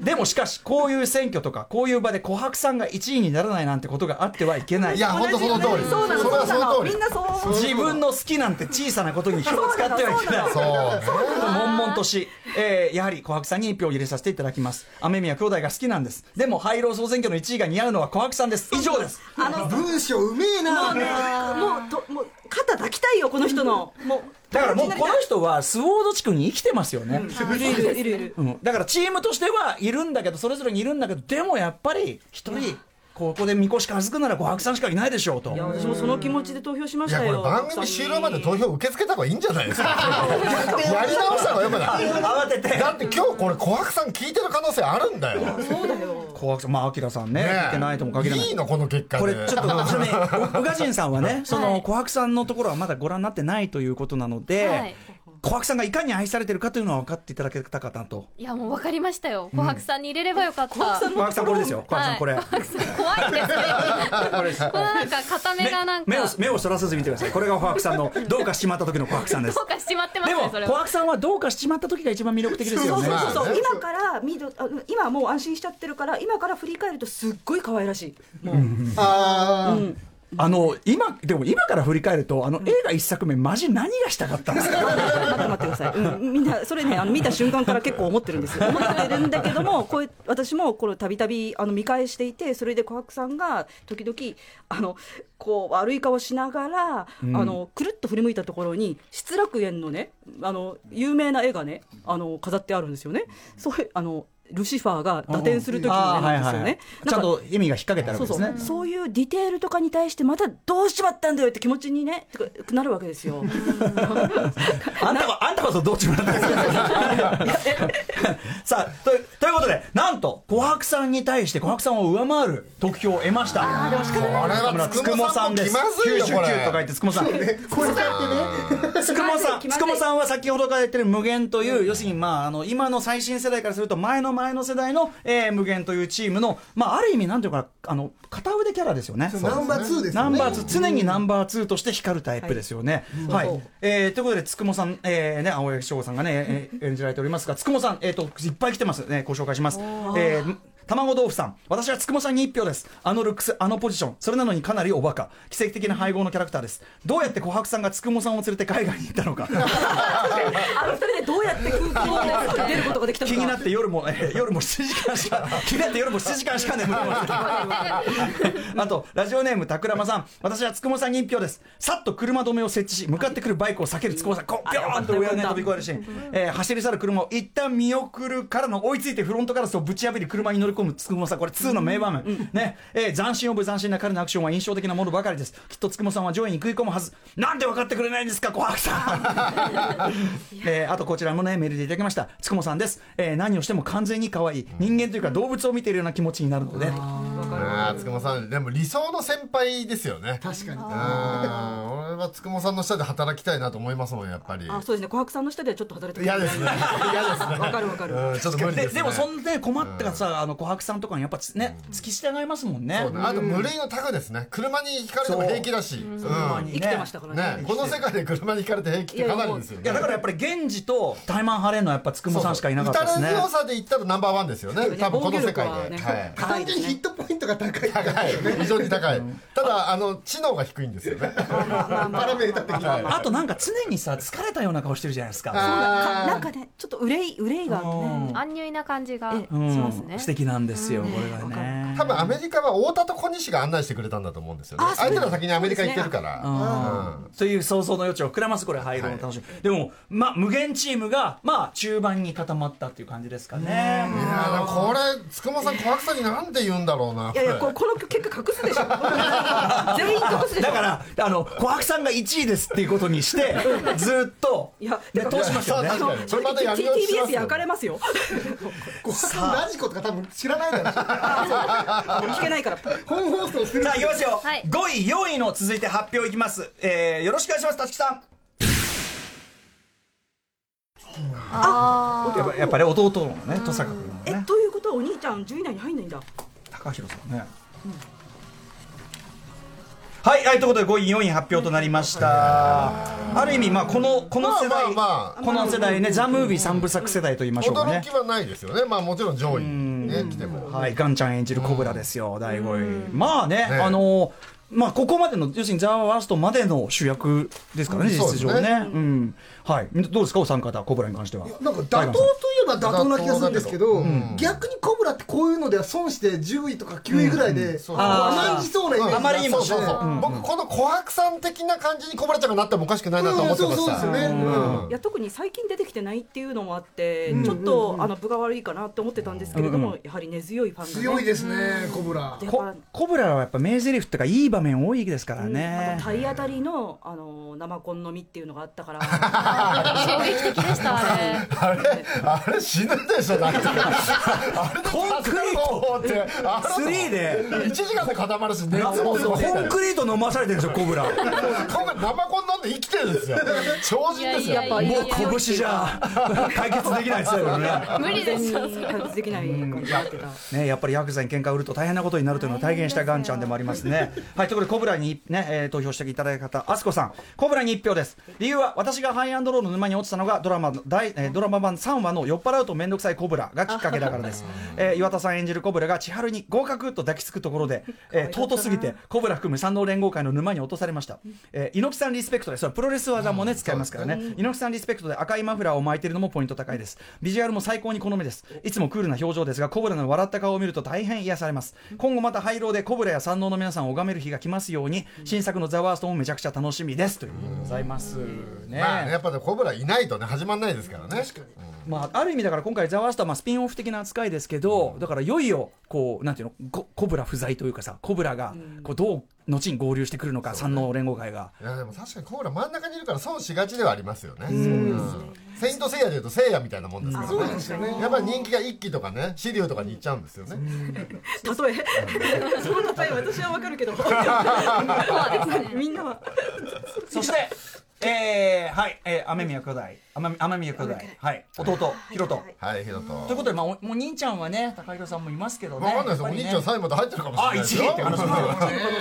Speaker 2: でもしかしこういう選挙とかこういう場で琥珀さんが1位にならないなんてことがあってはいけない
Speaker 3: いや本当その通り
Speaker 7: そうなの
Speaker 3: それは
Speaker 7: そう
Speaker 3: そ
Speaker 7: な
Speaker 3: の
Speaker 7: の
Speaker 3: 通り
Speaker 7: みんなそう思う。
Speaker 2: 自分の好きなんて小さなことに気を使ってはいけない
Speaker 3: そうね
Speaker 2: 悶々とし、えーやはり琥珀さんに1票を入れさせていただきます雨宮兄弟が好きなんですでも廃炉総選挙の1位が似合うのは琥珀さんです以上です
Speaker 7: あの
Speaker 5: 文章うめえな。
Speaker 7: もうともう肩抱きたいよこの人の。もう
Speaker 2: だからもうこの人はスウォード地区に生きてますよね、
Speaker 7: いるいるいる。
Speaker 2: うんだからチームとしてはいるんだけどそれぞれにいるんだけどでもやっぱり一人ここでみこしかずくなら琥珀さんしかいないでしょうと
Speaker 7: いや私もその気持ちで投票しま
Speaker 3: い
Speaker 7: し
Speaker 3: や
Speaker 7: た
Speaker 3: これ
Speaker 7: よ。
Speaker 3: 番組終了まで投票受け付けた方がいいんじゃないですかやり直した方がよくない
Speaker 2: 慌てて
Speaker 3: だって今日これ琥珀さん聞いてる可能性あるんだよ
Speaker 7: そうだよ。
Speaker 2: 琥珀さんまあ明さんね
Speaker 3: ね
Speaker 2: 見てないとも限らない
Speaker 3: いいのこの結果で
Speaker 2: これちょっとちな
Speaker 7: *laughs*
Speaker 2: みにう宇賀神さんはねその琥珀さんのところはまだご覧になってないということなの
Speaker 4: は
Speaker 2: で
Speaker 4: い
Speaker 2: 琥珀さんがいかに愛されてるかというのは分かっていただけたかなと
Speaker 4: いやもう分かりましたよ琥珀さんに入れればよかった琥珀さん
Speaker 2: 琥珀さんこれですよ琥珀さんこれ
Speaker 4: 怖いですねこのなんか片目がなんか
Speaker 2: 目を目をそらさず見てくださいこれが琥珀さんのどうかしちまった時の琥珀さ
Speaker 4: *laughs*
Speaker 2: んです
Speaker 4: どうかしちまってます
Speaker 2: で
Speaker 4: ね
Speaker 2: も
Speaker 4: そ
Speaker 2: 琥
Speaker 4: れ
Speaker 2: 珀
Speaker 4: は
Speaker 2: さんはどうかしちまった時が一番魅力的です
Speaker 7: そ
Speaker 2: よ
Speaker 7: う
Speaker 2: ね
Speaker 7: そうそうそう、
Speaker 3: まあね
Speaker 7: 今から見るあ今はもう安心しちゃってるから今から振り返るとすっごい可愛らしいもう
Speaker 5: あ
Speaker 2: あの今でも今から振り返るとあの映画一作目マジ何がしたかったんですか
Speaker 7: *laughs* 待って待ってください、うん、みんなそれねあの見た瞬間から結構思ってるんですよ思ってるんだけどもこういう私もこれたびたびあの見返していてそれで琥珀さんが時々あのこう悪い顔しながら、あのくるっと振り向いたところに失楽園のねあの有名な絵がねあの飾ってあるんですよね。そういうあのルシファーが打点する時の絵なんですよね。な
Speaker 2: ち
Speaker 7: んか
Speaker 2: ゃんと意味が引っ掛けてある
Speaker 7: そ
Speaker 2: わけ
Speaker 7: うそ
Speaker 2: で
Speaker 7: う
Speaker 2: すね
Speaker 7: そういうディテールとかに対してまたどうしちまったんだよって気持ちにねてかなるわけですよ。
Speaker 2: あんたはあんたこそどっちもなんですよさあとというこことで、なんと、琥珀さんに対して琥珀さんを上回る得票を得ました。
Speaker 3: これは
Speaker 2: つ
Speaker 3: つ
Speaker 2: く
Speaker 3: く
Speaker 2: も
Speaker 3: も
Speaker 2: さ
Speaker 3: さ
Speaker 2: ん
Speaker 3: ん
Speaker 2: で。
Speaker 3: ですす。気まずいよ、これ。
Speaker 2: 99と書いてつくもさん。
Speaker 5: これだってね
Speaker 2: つくもさん、つくもさんは先ほどから言ってる無限という、要するに、まあ、あの、今の最新世代からすると、前の前の世代の、えー無限というチームの、まあ、ある意味、なんていうか、あの、片腕キャラですよね。
Speaker 5: ナンバー2です
Speaker 2: ナ
Speaker 5: よ
Speaker 2: ン
Speaker 5: ね
Speaker 2: バーツー常にナンバー2として光るタイプですよね。はい。えーということで、つくもさん、えーね、青柳翔吾さんがね、 *laughs* えー演じられておりますが、つくもさん、えっ、と、いっぱい来てますね。ご紹介します。えー卵豆腐さん私はつくもさんに1票ですあのルックスあのポジションそれなのにかなりおバカ奇跡的な配合のキャラクターですどうやって琥珀さんがつくもさんを連れて海外に行ったのか
Speaker 7: あの二人でどうやって空港を出ることができたの
Speaker 2: 気
Speaker 7: か
Speaker 2: になって夜も、え
Speaker 7: *laughs*
Speaker 2: ー夜も7時間しか気になって夜も7時間しか眠れません
Speaker 7: *laughs*
Speaker 2: あと、ラジオネーム、たくらまさん。私はつくもさんに一票です。さっと車止めを設置し、向かってくるバイクを避けるつくもさん。こう、ぴょーんと上に飛び越えるシーン。えー走り去る車を一旦見送るからの追いついてフロントガラスをぶち破り車に乗り込むつくもさん。これ2の名場面。ね。えー斬新オブ斬新な彼のアクションは印象的なものばかりです。きっとつくもさんは上位に食い込むはず。なんで分かってくれないんですか、琥珀さん。 *laughs* えーあとこちらもねメールでいただきましたつくもさんです、えー何をしても完全に可愛い人間というか動物を見ているような気持ちになるので
Speaker 3: ああ、つくもさん、でも理想の先輩ですよね。
Speaker 5: 確かに
Speaker 3: うん、俺はつくもさんの下で働きたいなと思いますもん、やっぱり。
Speaker 7: あそうですね琥珀さんの下ではちょっと働いてくれ
Speaker 3: 嫌ですね。嫌ですね。
Speaker 7: わかるわかる
Speaker 3: うん、ちょっと無理
Speaker 2: で
Speaker 3: です、ね。
Speaker 2: でもそんで困ってかさあの琥珀さんとかにやっぱつね突き従いますもんね
Speaker 3: そうねあと無類のタグですね。車にひかれても平気だし。うん。
Speaker 7: 生きてましたからね
Speaker 3: ね、この世界で車にひかれて平気ってかなりですよね。
Speaker 2: いやだからやっぱり源氏とタイマンハレーのやっぱつくもさんしかいなかったで
Speaker 3: 歌
Speaker 2: すね
Speaker 3: の強さで言ったらナンバーワンですよね。多分この世界で。
Speaker 7: 防御力はね
Speaker 3: は
Speaker 5: 単純にヒットポイントが高い
Speaker 3: い。はい。非常に高い。ただ、あの、知能が低いんですよね。
Speaker 5: パラメータ的に
Speaker 3: はい
Speaker 2: あとなんか常にさ疲れたような顔してるじゃないですか
Speaker 7: かなんかねちょっと憂い憂いがあってね
Speaker 4: 安入な感じがし
Speaker 2: うん
Speaker 4: ますね
Speaker 2: 素敵なんですよこれがね
Speaker 3: 多分アメリカは太田と小西が案内してくれたんだと思うんですよね。相手が先にアメリカ行ってるから。うん
Speaker 2: という想像の余地を膨らますこれ入るの楽しみ、でもまあ無限チームがまあ中盤に固まったっていう感じですかね
Speaker 3: い
Speaker 2: *laughs*
Speaker 3: やーでもこれ、つくもさん、小悪さんになんて言うんだろうな。
Speaker 7: いやいやここの結果隠すでしょ全員隠すでしょ
Speaker 2: だからあの琥珀さんが1位ですっていうことにしてずっと
Speaker 7: いや
Speaker 2: で
Speaker 7: だか
Speaker 2: 通
Speaker 7: ら
Speaker 2: しましたよね
Speaker 3: そう確かにそれまたやり直しします
Speaker 7: TBS
Speaker 3: よ
Speaker 7: 焼かれますよ
Speaker 5: こうラジコとか多分知らないだろうし
Speaker 7: 聞けないから
Speaker 5: 本放送する
Speaker 2: さあいきますよ、
Speaker 4: はい
Speaker 2: 5位4位の続いて発表いきます、えーよろしくお願いしますたつきさんあやっぱやっぱり弟のね登坂君の
Speaker 7: え
Speaker 2: ね
Speaker 7: ということはお兄ちゃん10位以内に入んないんだ
Speaker 2: 高弘さんね、はい、はい、ということで5位4位発表となりましたある意味まあこのこの世代、
Speaker 3: まあまあまあ
Speaker 2: この世代ねザ・ムービー三部作世代と言いましょうかね
Speaker 3: 驚きはないですよね。まあもちろん上位にね、来ても。
Speaker 2: はい、ガンちゃん演じるコブラですよ、第5位。まあね、
Speaker 3: え
Speaker 2: あのまあ、ここまでの、要するにザ・ワーストまでの主役ですからね、
Speaker 3: うん
Speaker 2: 実質上
Speaker 3: そ
Speaker 2: ね。
Speaker 3: うですね
Speaker 2: うん。はい。どうですか、お三方、コブラに関しては。
Speaker 5: なんか妥当といえば妥当な気がするんですけど、逆にコブラってこういうのでは損して10位とか9位ぐらいで、
Speaker 3: う
Speaker 5: 甘んじそうなイメージ
Speaker 2: あまりにも
Speaker 3: そうそうそう僕この琥珀さん的な感じにこぼれちゃんがなってもおかしくないなと思ってま
Speaker 5: うん
Speaker 3: し
Speaker 5: そう
Speaker 3: た
Speaker 5: そうですよね
Speaker 7: いや特に最近出てきてないっていうのもあって、ちょっとあの分が悪いかなって思ってたんですけれども、やはり根強いファンが、ね、
Speaker 5: 強いですね、コブラ。
Speaker 7: で
Speaker 2: こ
Speaker 7: やっぱ
Speaker 2: コブラはやっぱ名台詞とかいい場面多いですから
Speaker 7: あ
Speaker 2: ね
Speaker 7: と。体当たりのあの生コンの実っていうのがあったから
Speaker 3: *laughs*
Speaker 4: 衝撃的でしたあれ
Speaker 2: *laughs*
Speaker 3: あれあれ死ぬでしょなんかあれで
Speaker 2: コンクリー
Speaker 3: トってあれ
Speaker 2: 3で
Speaker 3: 1時間で固まるし熱
Speaker 2: コ
Speaker 3: もすごいんだ
Speaker 2: ン
Speaker 3: よ
Speaker 2: クリート飲まされてるんですよ、コブラ。もう
Speaker 3: 今回生コン飲んで生きてるんですよ超人ですよ
Speaker 4: いやいやいや
Speaker 2: 拳じゃ解決できないですよね。
Speaker 4: 無理で
Speaker 7: 全
Speaker 4: し
Speaker 7: 然
Speaker 4: ょ
Speaker 7: 解決できない感じになってた
Speaker 2: ね、やっぱりヤクザに喧嘩を売ると大変なことになるというのを体現したガンちゃんでもありますね。はい、ということで、コブラに、ねえー投票していただいた方、アスコさん、コブラに1票です。理由は、私がハイアンドローの沼に落ちたのがドラマの第、えードラマ版3話の酔っ払うと面倒くさいコブラがきっかけだからです。えー岩田さん演じるコブラが千春に合格と抱きつくところで、えー尊すぎて、コブラ含む山道連合会の沼に落とされました。えー猪木さんリスペクトです。それプロレス技もね、使いますからね。猪木さんリスペクトで赤いマフラーを巻いているのもポイント高いです。ビジュアルも最高に好みです。いつもクールな表情ですが、コブラの笑った顔を見ると大変癒されます。今後また廃炉でコブラや山王の皆さんを拝める日が来ますように、新作のザワーストもめちゃくちゃ楽しみです。ということでございます。ね。
Speaker 3: まあねやっぱねコブラいないとね始まんないですからね確かに
Speaker 2: まあ、ある意味だから今回ザワーストはまあスピンオフ的な扱いですけど、だからいよいよこうなんていうのこコブラ不在というかさコブラがこうどう後に合流してくるのか、山王連合会が。
Speaker 3: いやでも確かにコブラ真ん中にいるから損しがちではありますよねセイントセイヤでいうとセイヤみたいなもんですからね
Speaker 5: そうなんですよね
Speaker 3: やっぱり人気が一期とかねシリウとかに行っちゃうんですよね
Speaker 7: 例えその例え私はわか
Speaker 3: *laughs*
Speaker 7: るけどみんなは
Speaker 2: そして、 *laughs* えー、はい、えー、雨宮兄弟、雨宮雨宮兄弟、はい、弟、ヒロト。
Speaker 3: はいヒロト
Speaker 2: ということで、まあ、おもう兄ちゃんはね、高弘さんもいますけどね。
Speaker 3: わかんないですよ、
Speaker 2: やっぱ
Speaker 3: お
Speaker 2: り
Speaker 3: 兄
Speaker 2: ね
Speaker 3: ちゃんサインまで入ってるかもしれないですよ
Speaker 2: あ一位って話も
Speaker 3: わ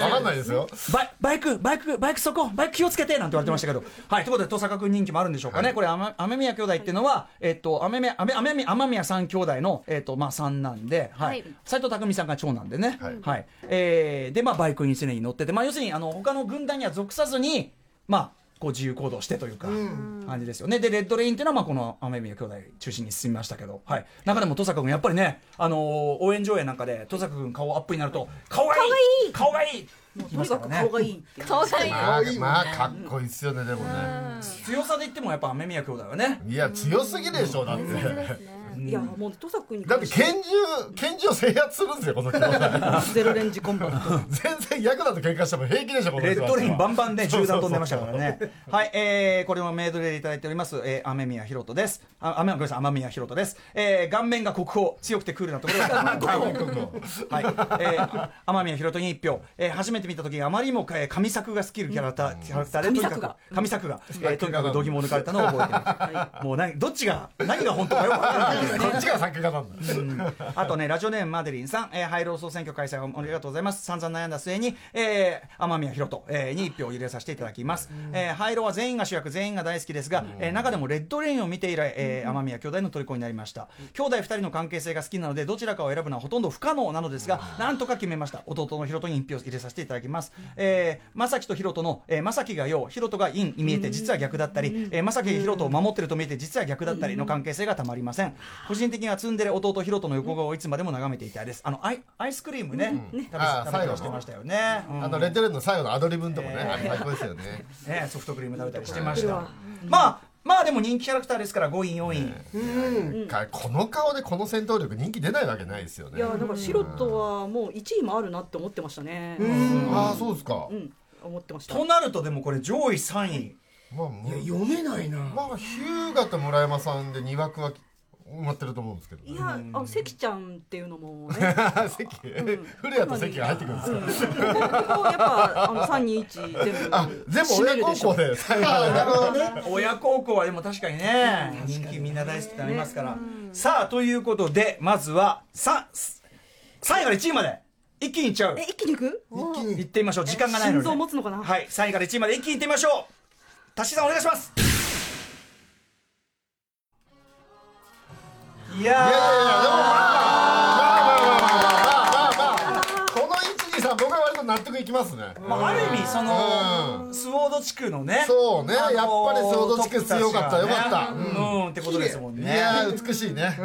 Speaker 3: かんないですよ
Speaker 2: バイバイク、バイク、バイクそこ、バイク気をつけてなんて言われてましたけど、はい、ということで、登坂君人気もあるんでしょうかね、これ、あま雨宮兄弟っていうのは、えっと、雨宮、雨雨宮、雨宮三兄弟の、えっと、まあ、三男で、は
Speaker 4: はいい、
Speaker 2: 斎、藤匠さんが長男でね、は
Speaker 3: はいい、
Speaker 2: えーで、まあ、バイクに常に乗ってて、まあ、要するに、あの、他の軍団には属さずに、まあ、こう自由行動してというか、感じですよね。で、レッドレインっていうのは、まあ、この雨宮兄弟中心に進みましたけど、はい。中でも登坂君、やっぱりね、あのー応援上映なんかで、登坂君顔アップになると、顔がいい顔がいい
Speaker 7: とにかく顔がいいっていう
Speaker 4: 顔がいい
Speaker 3: まあ、まあ、かっこいいっすよねでもね
Speaker 2: 強さで言ってもやっぱ雨宮兄弟はね
Speaker 3: いや強すぎでしょだって
Speaker 7: いやもう登坂君に
Speaker 3: だって拳銃拳銃を制圧するんですよこの人
Speaker 7: *laughs* ゼロレンジコンバ
Speaker 3: *laughs*
Speaker 7: ット
Speaker 3: 全然ヤクザと喧嘩しても平気でしょこの
Speaker 2: レッ
Speaker 3: 人たちは
Speaker 2: ドレインバンバンで銃弾飛んでましたからねはい、えー、これもメイドレーでいただいております、えー、雨宮ひろとですあ雨ごめんなさい雨宮ひろとです、えー、顔面が国宝強くてクールなところが
Speaker 3: *laughs* 韓国の
Speaker 2: はい、えー、雨宮ひろとに一票、えー、初めて見た時あまりにも、えー、神作がスキルキャラクター,、キャラクターでとにかく神作が、えー、とにかく度肝を抜かれたのを覚えてます、もうなどっちが何が本当かよくわからないですね
Speaker 3: こっちが作家なんだ
Speaker 2: あとね、ラジオネームマデリンさん、えー、廃炉総選挙開催おありがとうございます。散々悩んだ末に、えー、天宮博人、えーに一票を入れさせていただきます。えー、廃炉は全員が主役、全員が大好きですが、えー中でもレッドレインを見て以来、えー、天宮兄弟の虜になりました。兄弟二人の関係性が好きなので、どちらかを選ぶのはほとんど不可能なのですが、なんとか決めました。弟の博人に一票を入れさせていただきます。えー、正樹と博人の、えー、正樹が陽、博人が陰に見えて実は逆だったり、えー、正樹が博人を守ってると見えて実は逆だったりの関係性がたまりません。個人的にはツンデレ弟博人の横顔をいつまでも眺めていたいです。あの、アイアイスクリームね、食べ食べ
Speaker 3: あー
Speaker 2: 食べたりしてましたよね。うん
Speaker 3: あのレッドレインの最後のアドリブのとこね、あれ最高ですよね
Speaker 2: ね、ソフトクリーム食べたりしてました。まあ、まあでも人気キャラクターですから、5位、4位。
Speaker 3: かこの顔でこの戦闘力人気出ないわけないですよ
Speaker 7: い
Speaker 3: ね
Speaker 7: やだから白とはもう1位もあるなって思ってましたね
Speaker 3: ああそうですか、
Speaker 7: うん思ってました
Speaker 2: となると、でもこれ上位3位。
Speaker 3: まあもう
Speaker 5: 読めないな
Speaker 3: まあ日向と村山さんで2枠は埋まってると思うんですけど、
Speaker 7: い
Speaker 3: ね、
Speaker 7: やあ関ちゃんっていうのも
Speaker 3: *laughs*
Speaker 7: ね
Speaker 3: 関古谷と関が入ってくるんですか
Speaker 7: ここやっぱあの321全部
Speaker 3: あ全部親孝行で最後までなるほどね
Speaker 2: *laughs* 親孝行はでも確かにね人気みんな大好きになりますから、さあということでまずは 3, 3位から1位まで一気にいっちゃう
Speaker 7: え一気にいく
Speaker 5: 一気
Speaker 2: いっ
Speaker 5: に
Speaker 2: てみましょう時間がないので
Speaker 7: 心臓持つのかな
Speaker 2: はい3位から1位まで一気にいってみましょうたしさんお願いしますいやー
Speaker 3: いやいやいやでもまあまあまあまあまあまあまあこの123僕は割と納得いきますね
Speaker 2: まあ、ある意味その、
Speaker 3: うん
Speaker 2: スウォード地区のね
Speaker 3: そうね
Speaker 2: あのー
Speaker 3: やっぱりスウォード地区強かった
Speaker 2: トップたちが
Speaker 3: よかった
Speaker 2: ね
Speaker 3: う
Speaker 2: うん、ってことですもん
Speaker 3: い
Speaker 2: ね
Speaker 3: やー美しいね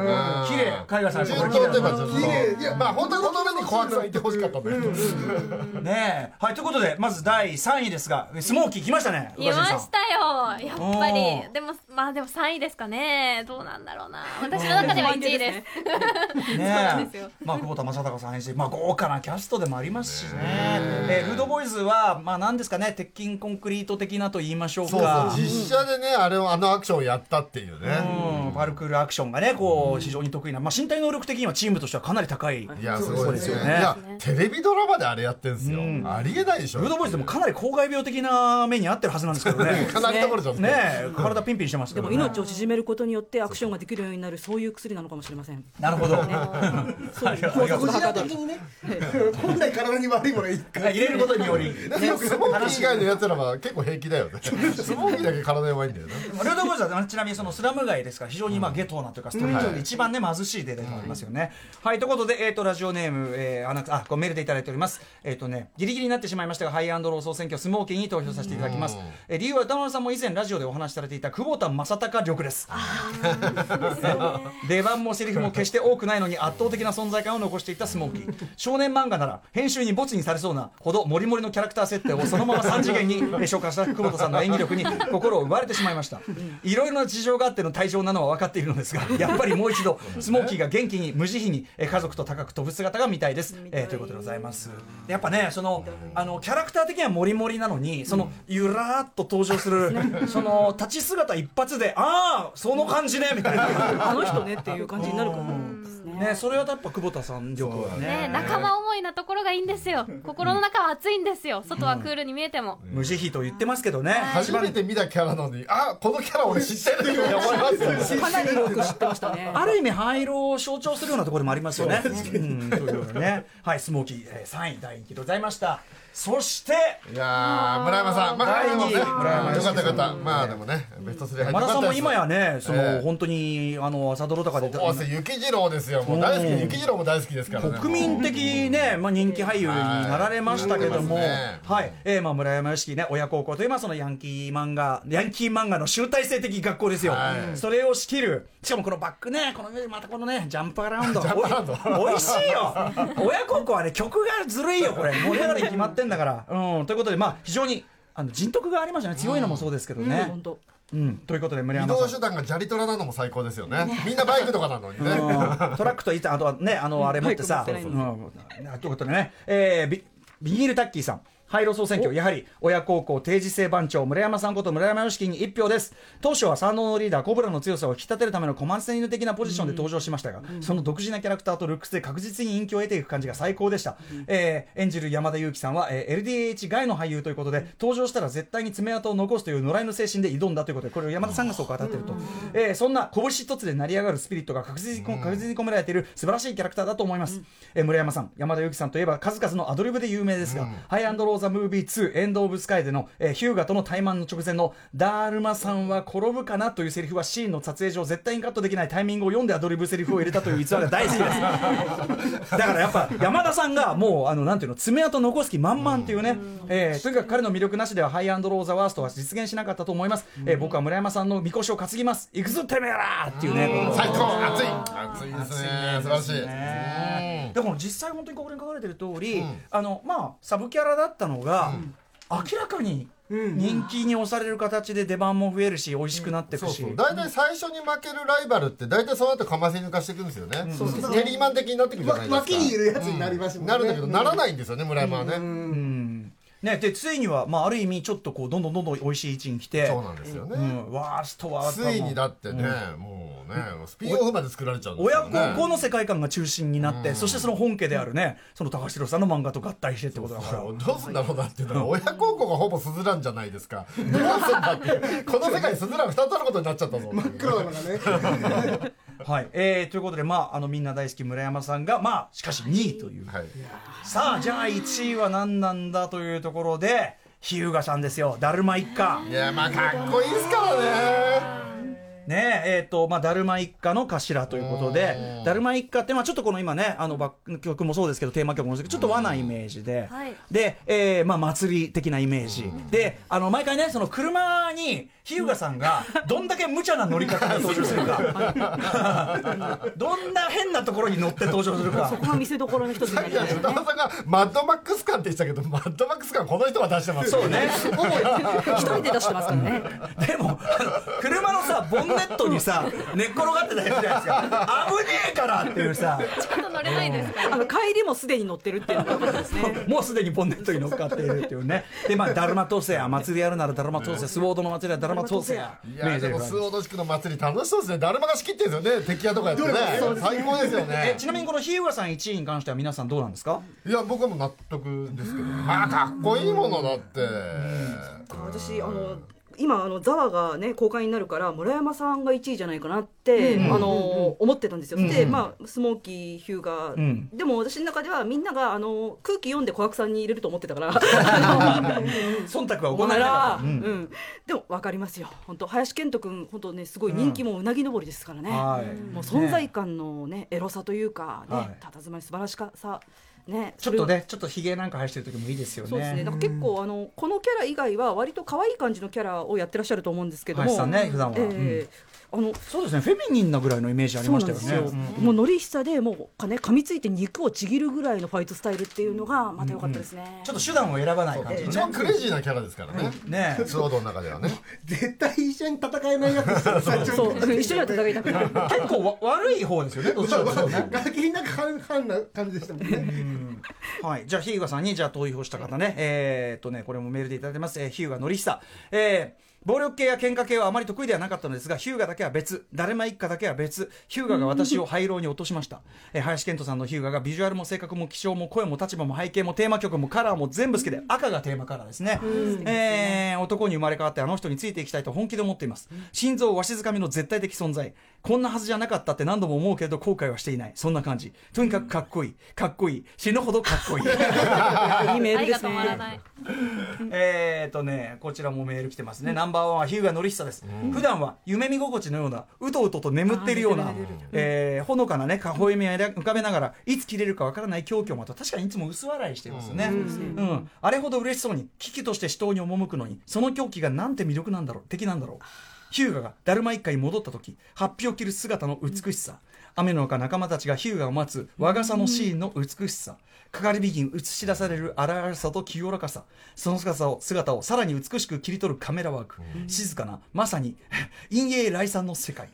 Speaker 2: 綺麗絵画されて
Speaker 3: 順
Speaker 2: る
Speaker 3: 当といえば順
Speaker 5: 綺麗い
Speaker 3: 当
Speaker 5: や
Speaker 3: まあ本当はこの上に小悪がいてほしかったんだけど
Speaker 2: ねえはいということでまず第3位ですがスモーキー来ましたね
Speaker 4: いま
Speaker 2: 宇賀神さん
Speaker 4: したよやっぱ
Speaker 2: おー
Speaker 4: りでもまあでも3位ですかねどうなんだ
Speaker 7: *laughs*
Speaker 4: ろうな私の中では1位です
Speaker 2: ね
Speaker 4: んです
Speaker 2: え
Speaker 4: よ、
Speaker 2: まあ、久保田正孝さん演じて、まあ、豪華なキャストでもありますしね、えー、ルードボーイズは、まあ、なんですかね、鉄筋コンクリート的なと言いましょう
Speaker 3: そうそう
Speaker 2: か、
Speaker 3: 実写でねあれをあのアクションをやったっていうね
Speaker 2: うん、パルクールアクションがね、こう非常に得意な、まあ、身体能力的にはチームとしてはかなり高い、
Speaker 3: いやすごいですよ
Speaker 2: そう
Speaker 3: ね
Speaker 2: で
Speaker 3: い
Speaker 2: すよね
Speaker 3: やテレビドラマであれやってんすよ
Speaker 2: うん
Speaker 3: ありえないでしょ
Speaker 2: ルードボーイズでもかなり公害病的な目に遭ってるはずなんですけどね、
Speaker 3: *laughs* かなりところじゃん
Speaker 2: ねえ体ピンピンしてますけ
Speaker 7: で
Speaker 2: ど、
Speaker 7: も
Speaker 2: ね、
Speaker 7: 命を縮めることによってアクションができるようになるそういう薬なのかもしれません
Speaker 2: なるほど、
Speaker 7: そういう
Speaker 2: ありがと
Speaker 5: 個人的にね本来体に悪いものは一回
Speaker 2: *laughs* 入れることにより、
Speaker 3: *laughs* でもスモーキー以外のやつらは結構平気だよねスモーキーだけ体弱いんだよね
Speaker 2: まあルードボーイズはちなみにそのスラム街ですから非常にまあゲトーなというかストリートで一番ね貧しいデータになりますよね。はいということでえっ、とラジオネーム、えー、あなあこうメールでいただいております。えっ、とねギリギリになってしまいましたがハイアンドロー総選挙スモーキーに投票させていただきます。えー理由は歌丸さんも以前ラジオでお話しされていた久保田正孝力です。出番もセリフも決して多くないのに圧倒的な存在感を残していたスモーキー少年漫画なら編集にボツにされそうなほどモリモリのキャラクター設定をそのまま3次元にえー昇華した福本さんの演技力に心を奪われてしまいましたいろいろな事情があっての退場なのは分かっているのですがやっぱりもう一度スモーキーが元気に無慈悲にえー家族と高く飛ぶ姿が見たいです、えーということでございますやっぱねそのあのキャラクター的にはモリモリなのにそのゆらーっと登場す *laughs* るその立ち姿一発でああその感じねみたいな。
Speaker 7: あの人ねっていう感じになるかもですね。
Speaker 2: ね、それはやっぱ久保田さん力はね
Speaker 4: ね、仲間思いなところがいいんですよ心の中は熱いんですよ外はクールに見えても、
Speaker 2: 無慈悲と言ってますけどね、
Speaker 3: 初めて見たキャラなのにあこのキャラ俺知ってるって思いますよね
Speaker 7: かなりよく知ってましたね。
Speaker 2: ある意味灰色を象徴するようなところでもありますよね。うん、ということでね、はい、スモーキー、えー、3位第1位でございました。そして、
Speaker 3: いやー村山さんまあ
Speaker 2: 第
Speaker 3: でも
Speaker 2: 二位
Speaker 3: ねよかったよかったまあでもねベスト3入ってよか
Speaker 2: 山
Speaker 3: っ
Speaker 2: 田
Speaker 3: た
Speaker 2: さん
Speaker 3: で
Speaker 2: も
Speaker 3: す
Speaker 2: 今やね、その、
Speaker 3: ええ
Speaker 2: 本当にあの朝ドラとかで。
Speaker 3: そうです雪次郎ですよもう大好
Speaker 2: うん
Speaker 3: き雪次郎も大好きですからね
Speaker 2: 国民的ね、まあ、人気俳優になられましたけども、
Speaker 3: は
Speaker 2: はいい、
Speaker 3: は
Speaker 2: えーまあ、村山良樹ね、親孝行といえば、そのヤンキー漫画、ヤンキー漫画の集大成的学校ですよ。
Speaker 3: はい
Speaker 2: それを仕切る。しかもこのバックね、この、またこのね、ジャンプアラウンド。
Speaker 3: *laughs* ジャンプアラウンド
Speaker 2: おい美味しいよ親孝行はね、曲がずるいよ、これ。盛り上がりに決まってんだ
Speaker 3: *laughs*
Speaker 2: から。うん、ということで、まあ、非常に、あの、人徳がありましたね。強いのもそうですけどね。
Speaker 7: 本当。
Speaker 2: うん、ということで、村
Speaker 3: 移
Speaker 2: 山さん。
Speaker 3: 動手段が砂利トラなのも最高ですよねみんなバイクとかなのにね
Speaker 2: うんトラックといったあとはねあのあれ持ってさ、
Speaker 7: バ
Speaker 2: う
Speaker 7: イク
Speaker 2: ん
Speaker 7: 持
Speaker 2: あということでね、えービビニールタッキーさん廃炉総選挙やはり親孝行定時制番長村山さんこと村山良樹に一票です当初は山王のリーダーコブラの強さを引き立てるためのコマンセ犬的なポジションで登場しましたが、その独自なキャラクターとルックスで確実に人気を得ていく感じが最高でした、えー演じる山田裕貴さんは、えー LDH 外の俳優ということで登場したら絶対に爪痕を残すという野良犬の精神で挑んだということでこれを山田さんがそう語ってると、えーそんな拳一つで成り上がるスピリットが確実にこ確実に込められている素晴らしいキャラクターだと思います、えー村山さん山田裕貴さんといえば数々のアドリブで有名ですが「ハイアンドローザムービー2エンド・オブ・スカイ」での、えーヒューガとの対マンの直前の「ダールマさんは転ぶかな」というセリフはシーンの撮影上絶対にカットできないタイミングを読んでアドリブセリフを入れたという逸話が大好きですだからやっぱ山田さんがもうあのなんていうの爪痕残す気満々っていうね、えーとにかく彼の魅力なしではハイアンドローザワーストは実現しなかったと思います、えー僕は村山さんのみこしを担ぎます行くぞてめえらっていうねこと
Speaker 3: 最高熱い熱いですね素晴らしい
Speaker 2: ねでも実際本当にここに書かれてる通り、あのまあサブキャラだったのが、明らかに人気に押される形で出番も増えるし美味しくなってく
Speaker 3: そう
Speaker 2: し、
Speaker 3: そう大体最初に負けるライバルって大体そうやってかませ犬化していくんですよね
Speaker 5: そうそう
Speaker 3: テリーマン的になってくるじゃないですか
Speaker 5: わ脇にいるやつになりますもんね
Speaker 3: なるんだけどならないんですよね村山はね
Speaker 2: うんね、でついには、まあ、ある意味ちょっとこうどんどんどんどん美味しい位置に来て
Speaker 3: そうなんですよ
Speaker 2: う
Speaker 3: ね
Speaker 2: ん、ワーストは
Speaker 3: ついにだってねもうねスピンオフまで作られちゃうんです
Speaker 2: 親
Speaker 3: よね
Speaker 2: 孝行の世界観が中心になって、そしてその本家であるねその高城さんの漫画と合体してってことだから
Speaker 3: どうすんだろうなっていうのは親孝行がほぼスズランじゃないですかどうすんだっていうこの世界にスズラン2つあることになっちゃったぞっていう
Speaker 5: 黒のがね
Speaker 2: *laughs* はい、えーということで、まあ、あのみんな大好き村山さんが、まあ、しかし2位という、
Speaker 3: はい
Speaker 2: さあじゃあ1位は何なんだというところで日向さんですよ「だるま一家」
Speaker 3: いやまあかっこいいですからね
Speaker 2: ねえ、えっ、と、まあ、だるま一家の頭ということで、だるま一家って、まあ、ちょっとこの今ね、あの、バック曲もそうですけど、テーマ曲もそうですけど、ちょっと和なイメージで、
Speaker 4: はい
Speaker 2: で、えーまあ、祭り的なイメージ。で、あの、毎回ね、その車に、日向さんが、どんだけ無茶な乗り方で登場するか、どんな変なところに乗って登場するか
Speaker 7: そ。こが見せどころの一つ
Speaker 3: さ
Speaker 7: にな
Speaker 3: っ
Speaker 7: り
Speaker 3: き
Speaker 7: ま
Speaker 3: は
Speaker 7: す
Speaker 3: 歌
Speaker 7: よね
Speaker 3: 丸さんがマッドマックス感って言ってたけどマッドマックス感この人が出してますよ
Speaker 2: そうね。
Speaker 7: 一人で出してますからね。
Speaker 2: でも、あの車のさ、ボンネットにさ、寝っ転がってたやつじゃないですか。危ねえからっていうさ。
Speaker 4: ちょっと乗れないですから
Speaker 7: あの帰りもすでに乗ってるっていうのが分かりますね。
Speaker 2: もうすでにボンネットに乗っかっているっていうね。で、まあ、だるま当選、祭りやるならだるま当選、スウォードの祭りはだるま当選。
Speaker 3: いやでも周防地区の祭り楽しそうですねだるまが仕切ってるんですよね敵屋とかやってね最高ですよ
Speaker 2: え
Speaker 3: ね
Speaker 2: ちなみにこの日浦さん1位に関しては皆さんどうなんですか
Speaker 3: いや僕はもう納得ですけどねまあかっこいいものだって
Speaker 7: 私あの今あのザワがね公開になるから村山さんが1位じゃないかなって、あの思ってたんですよ。でまあスモーキーヒューガー、
Speaker 2: ん
Speaker 7: でも私の中ではみんながあの空気読んで小悪さんに入れると思って
Speaker 2: *laughs*
Speaker 7: たから。 *laughs*
Speaker 2: 忖度は行
Speaker 7: こ
Speaker 2: われなか
Speaker 7: な、
Speaker 2: らっ
Speaker 7: うんでも分かりますよ本当林遣都君本当ねすごい人気もうなぎ登りですからね、
Speaker 2: はい
Speaker 7: もう存在感のねエロさというかね、
Speaker 2: はい
Speaker 7: 佇まい素晴らしかさね
Speaker 2: た。ちょっとね、ちょっとひげなんか生やしてる時もいいですよね。
Speaker 7: そうですね。だから結構あのこのキャラ以外は割と可愛い感じのキャラをやってらっしゃると思うんですけども、
Speaker 2: 林さんね普段は
Speaker 7: えーあの
Speaker 2: そうですねフェミニンなぐらいのイメージあり
Speaker 7: そ
Speaker 2: ま
Speaker 7: うな
Speaker 2: し
Speaker 7: ん
Speaker 2: た
Speaker 7: で
Speaker 2: よ
Speaker 7: すよ
Speaker 2: ね。
Speaker 7: もう乗り久でもうかね噛みついて肉をちぎるぐらいのファイトスタイルっていうのがまた良かったですね。
Speaker 2: ちょっと手段を選ばない感じ
Speaker 3: 一
Speaker 2: ね
Speaker 3: 番クレイジーなキャラですからね。
Speaker 2: ね
Speaker 3: スロードの中ではね。
Speaker 5: 絶対一緒に戦えないやつでしたよ最初
Speaker 7: そう一緒には戦いたくない。
Speaker 2: 結構わ悪い方ですよねどっちかというとね。
Speaker 5: ガキになんか半々な感じでしたもんね
Speaker 2: はい、じゃあ、ヒューガさんに、じゃあ、投票した方ね、えーっとね、これもメールでいただいてます、えーヒューガのりひさ、えー暴力系や喧嘩系はあまり得意ではなかったのですが、ヒューガだけは別、だるま一家だけは別、ヒューガが私を廃炉に落としました。えー林遣都さんのヒューガがビジュアルも性格も気象も声も立場も背景もテーマ曲もカラーも全部好きで、赤がテーマカラーですね。えー男に生まれ変わってあの人についていきたいと本気で思っています。心臓をわしづかみの絶対的存在。こんなはずじゃなかったって何度も思うけれど後悔はしていない。そんな感じ。とにかくかっこいい。かっこいい。死ぬほどかっ *laughs* こいい。
Speaker 7: いいメール
Speaker 4: 愛
Speaker 7: で
Speaker 4: が
Speaker 7: す
Speaker 4: 止まら
Speaker 7: ね。
Speaker 4: ない
Speaker 2: えーとね、こちらもメール来てますね。ナンバーワンは日向典久です。普段は夢見心地のような、うとうとと眠っているような、えーほのかなね、微笑みを浮かべながら、いつ切れるかわからない狂気をまた、確かにいつも薄笑いしていますよね。うん。あれほど嬉しそうに、危機として死闘に赴くのに、その狂気がなんて魅力なんだろう、敵なんだろう。ヒューガがだるま一家に戻った時、ハッピを着る姿の美しさ。雨の中仲間たちがヒューガを待つ和傘のシーンの美しさ係美人映し出される荒々しさと清らかさその姿を姿をさらに美しく切り取るカメラワーク、静かなまさに陰影来産の世界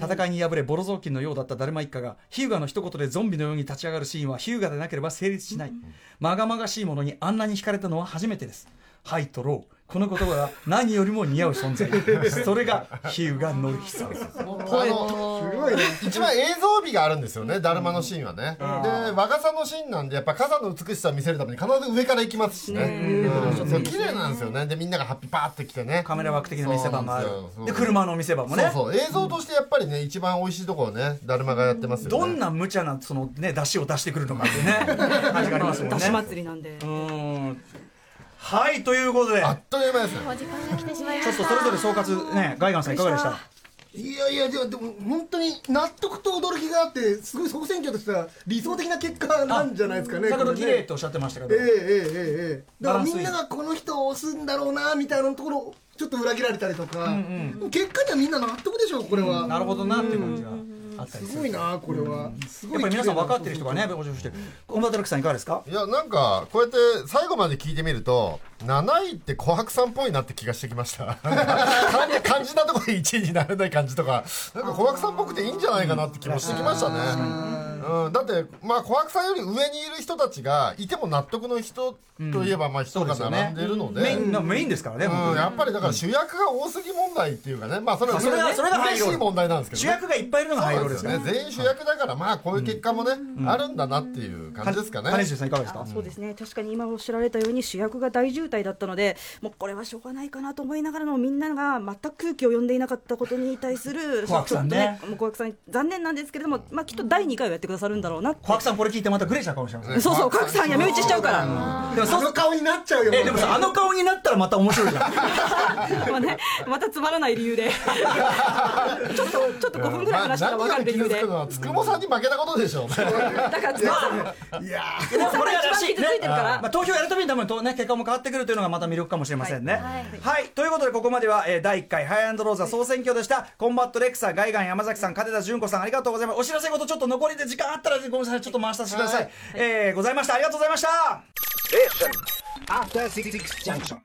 Speaker 2: 戦いに敗れボロ雑巾のようだったダルマ一家がヒューガの一言でゾンビのように立ち上がるシーンはヒューガでなければ成立しないまがまがしいものにあんなに惹かれたのは初めてですはいとろうこの言葉が何よりも似合う存在それがヒューガの久さん
Speaker 3: あの一番映像美があるんですよね、だるまのシーンはね。で、和傘のシーンなんで、やっぱ傘の美しさを見せるために必ず上から行きますしね。うんそう綺麗なんですよね。で、みんながハッピーパーって来てね。
Speaker 2: カメラワーク的な見せ場もある
Speaker 3: そうなんですよ
Speaker 2: で車の見せ場もね
Speaker 3: そうそう。映像としてやっぱりね、一番美味しいところをね、だるまがやってますよね。
Speaker 2: どんな無茶なそのね出汁を出してくるのかっていうね感じがありますもんね
Speaker 7: 出し祭りなんで。
Speaker 2: うーんはいということで
Speaker 3: あっという間ですね。
Speaker 4: お時間が来てしまいま
Speaker 2: ちょっ
Speaker 4: し
Speaker 2: と
Speaker 4: た
Speaker 2: それぞれ総括ねガイガンさんいかがでした
Speaker 5: いやいやでもでも本当に納得と驚きがあってすごい総選挙としては理想的な結果なんじゃないですかね
Speaker 2: 先ほど
Speaker 5: こ
Speaker 2: 綺
Speaker 5: れね
Speaker 2: 麗とおっしゃってましたけ
Speaker 5: ええ
Speaker 2: ど
Speaker 5: ええええだからみんながこの人を押すんだろうなみたいなところをちょっと裏切られたりとか、結果にはみんな納得でしょうこれは、
Speaker 2: なるほどなっていう感じがあったりす
Speaker 5: す
Speaker 2: る
Speaker 5: ごいなこれは、す
Speaker 2: や
Speaker 5: ごい
Speaker 2: っぱり皆さん分かってる人がねご助してるコンバットラックさんいかがですか
Speaker 3: いや、なんか、こうやって最後まで聞いてみると、7位って琥珀さんっぽいなって気がしてきました。 *laughs* なんか感じ感じたとこで1位になれない感じとか、なんか琥珀さんっぽくていいんじゃないかなって気もしてきましたね。うん、だって、まあ、琥珀さんより上にいる人たちがいても納得の人といえば、まあ、人が並んでるので、
Speaker 2: メインのメインですからね
Speaker 3: うん、
Speaker 2: 本当に
Speaker 3: やっぱりだから主役が多すぎ問題っていうかね、まあ、それは
Speaker 2: それはそれが
Speaker 3: 嬉し
Speaker 2: 入
Speaker 3: い
Speaker 2: る
Speaker 3: 問題なんですけど、
Speaker 2: 主
Speaker 3: ね、
Speaker 2: 役がいっぱいいるのがハイローですから
Speaker 3: そうですね全員主役だから、まあ、こういう結果もね、あるんだなっていう感じですかね。
Speaker 2: 金城さんいかがですか
Speaker 7: あそうですね確かに今おっしゃられたように主役が大渋滞だったのでもうこれはしょうがないかなと思いながらのみんなが全く空気を読んでいなかったことに対する
Speaker 2: 小悪さんね
Speaker 7: ちょっともう小悪さん残念なんですけれども、まあ、きっと第2回をやってくださるんだろうなって
Speaker 2: 小白さんこれ聞いてまたグレちゃうかもしれません
Speaker 7: そうそう小悪さんやめ打ちしちゃうから。
Speaker 2: でもそう
Speaker 5: あの顔になっちゃうよ
Speaker 2: えでもさあの顔になったらまた面白いじゃん
Speaker 7: まあね、またつまらない理由でちょっとちょっと5分ぐらい話したら分かる理由で
Speaker 3: まあ何より気がつくのはつくもさんに負けたことでしょうね。
Speaker 7: だからつまらない
Speaker 2: でもこれがらしい
Speaker 7: 一番傷ついてるから
Speaker 2: ねまあ、投票やるたびに多分と、ね、結果も変わってくるというのがまた魅力かもしれませんね。はい、ということでここまでは、えー第1回ハイアンドローザ総選挙でした、コンバットレクサガイガン山崎さん金田純子さんありがとうございますお知らせ事ちょっと残りで時間あったらごめんなさいちょっと回させてください、えーございましたありがとうございました
Speaker 1: After Six Junction.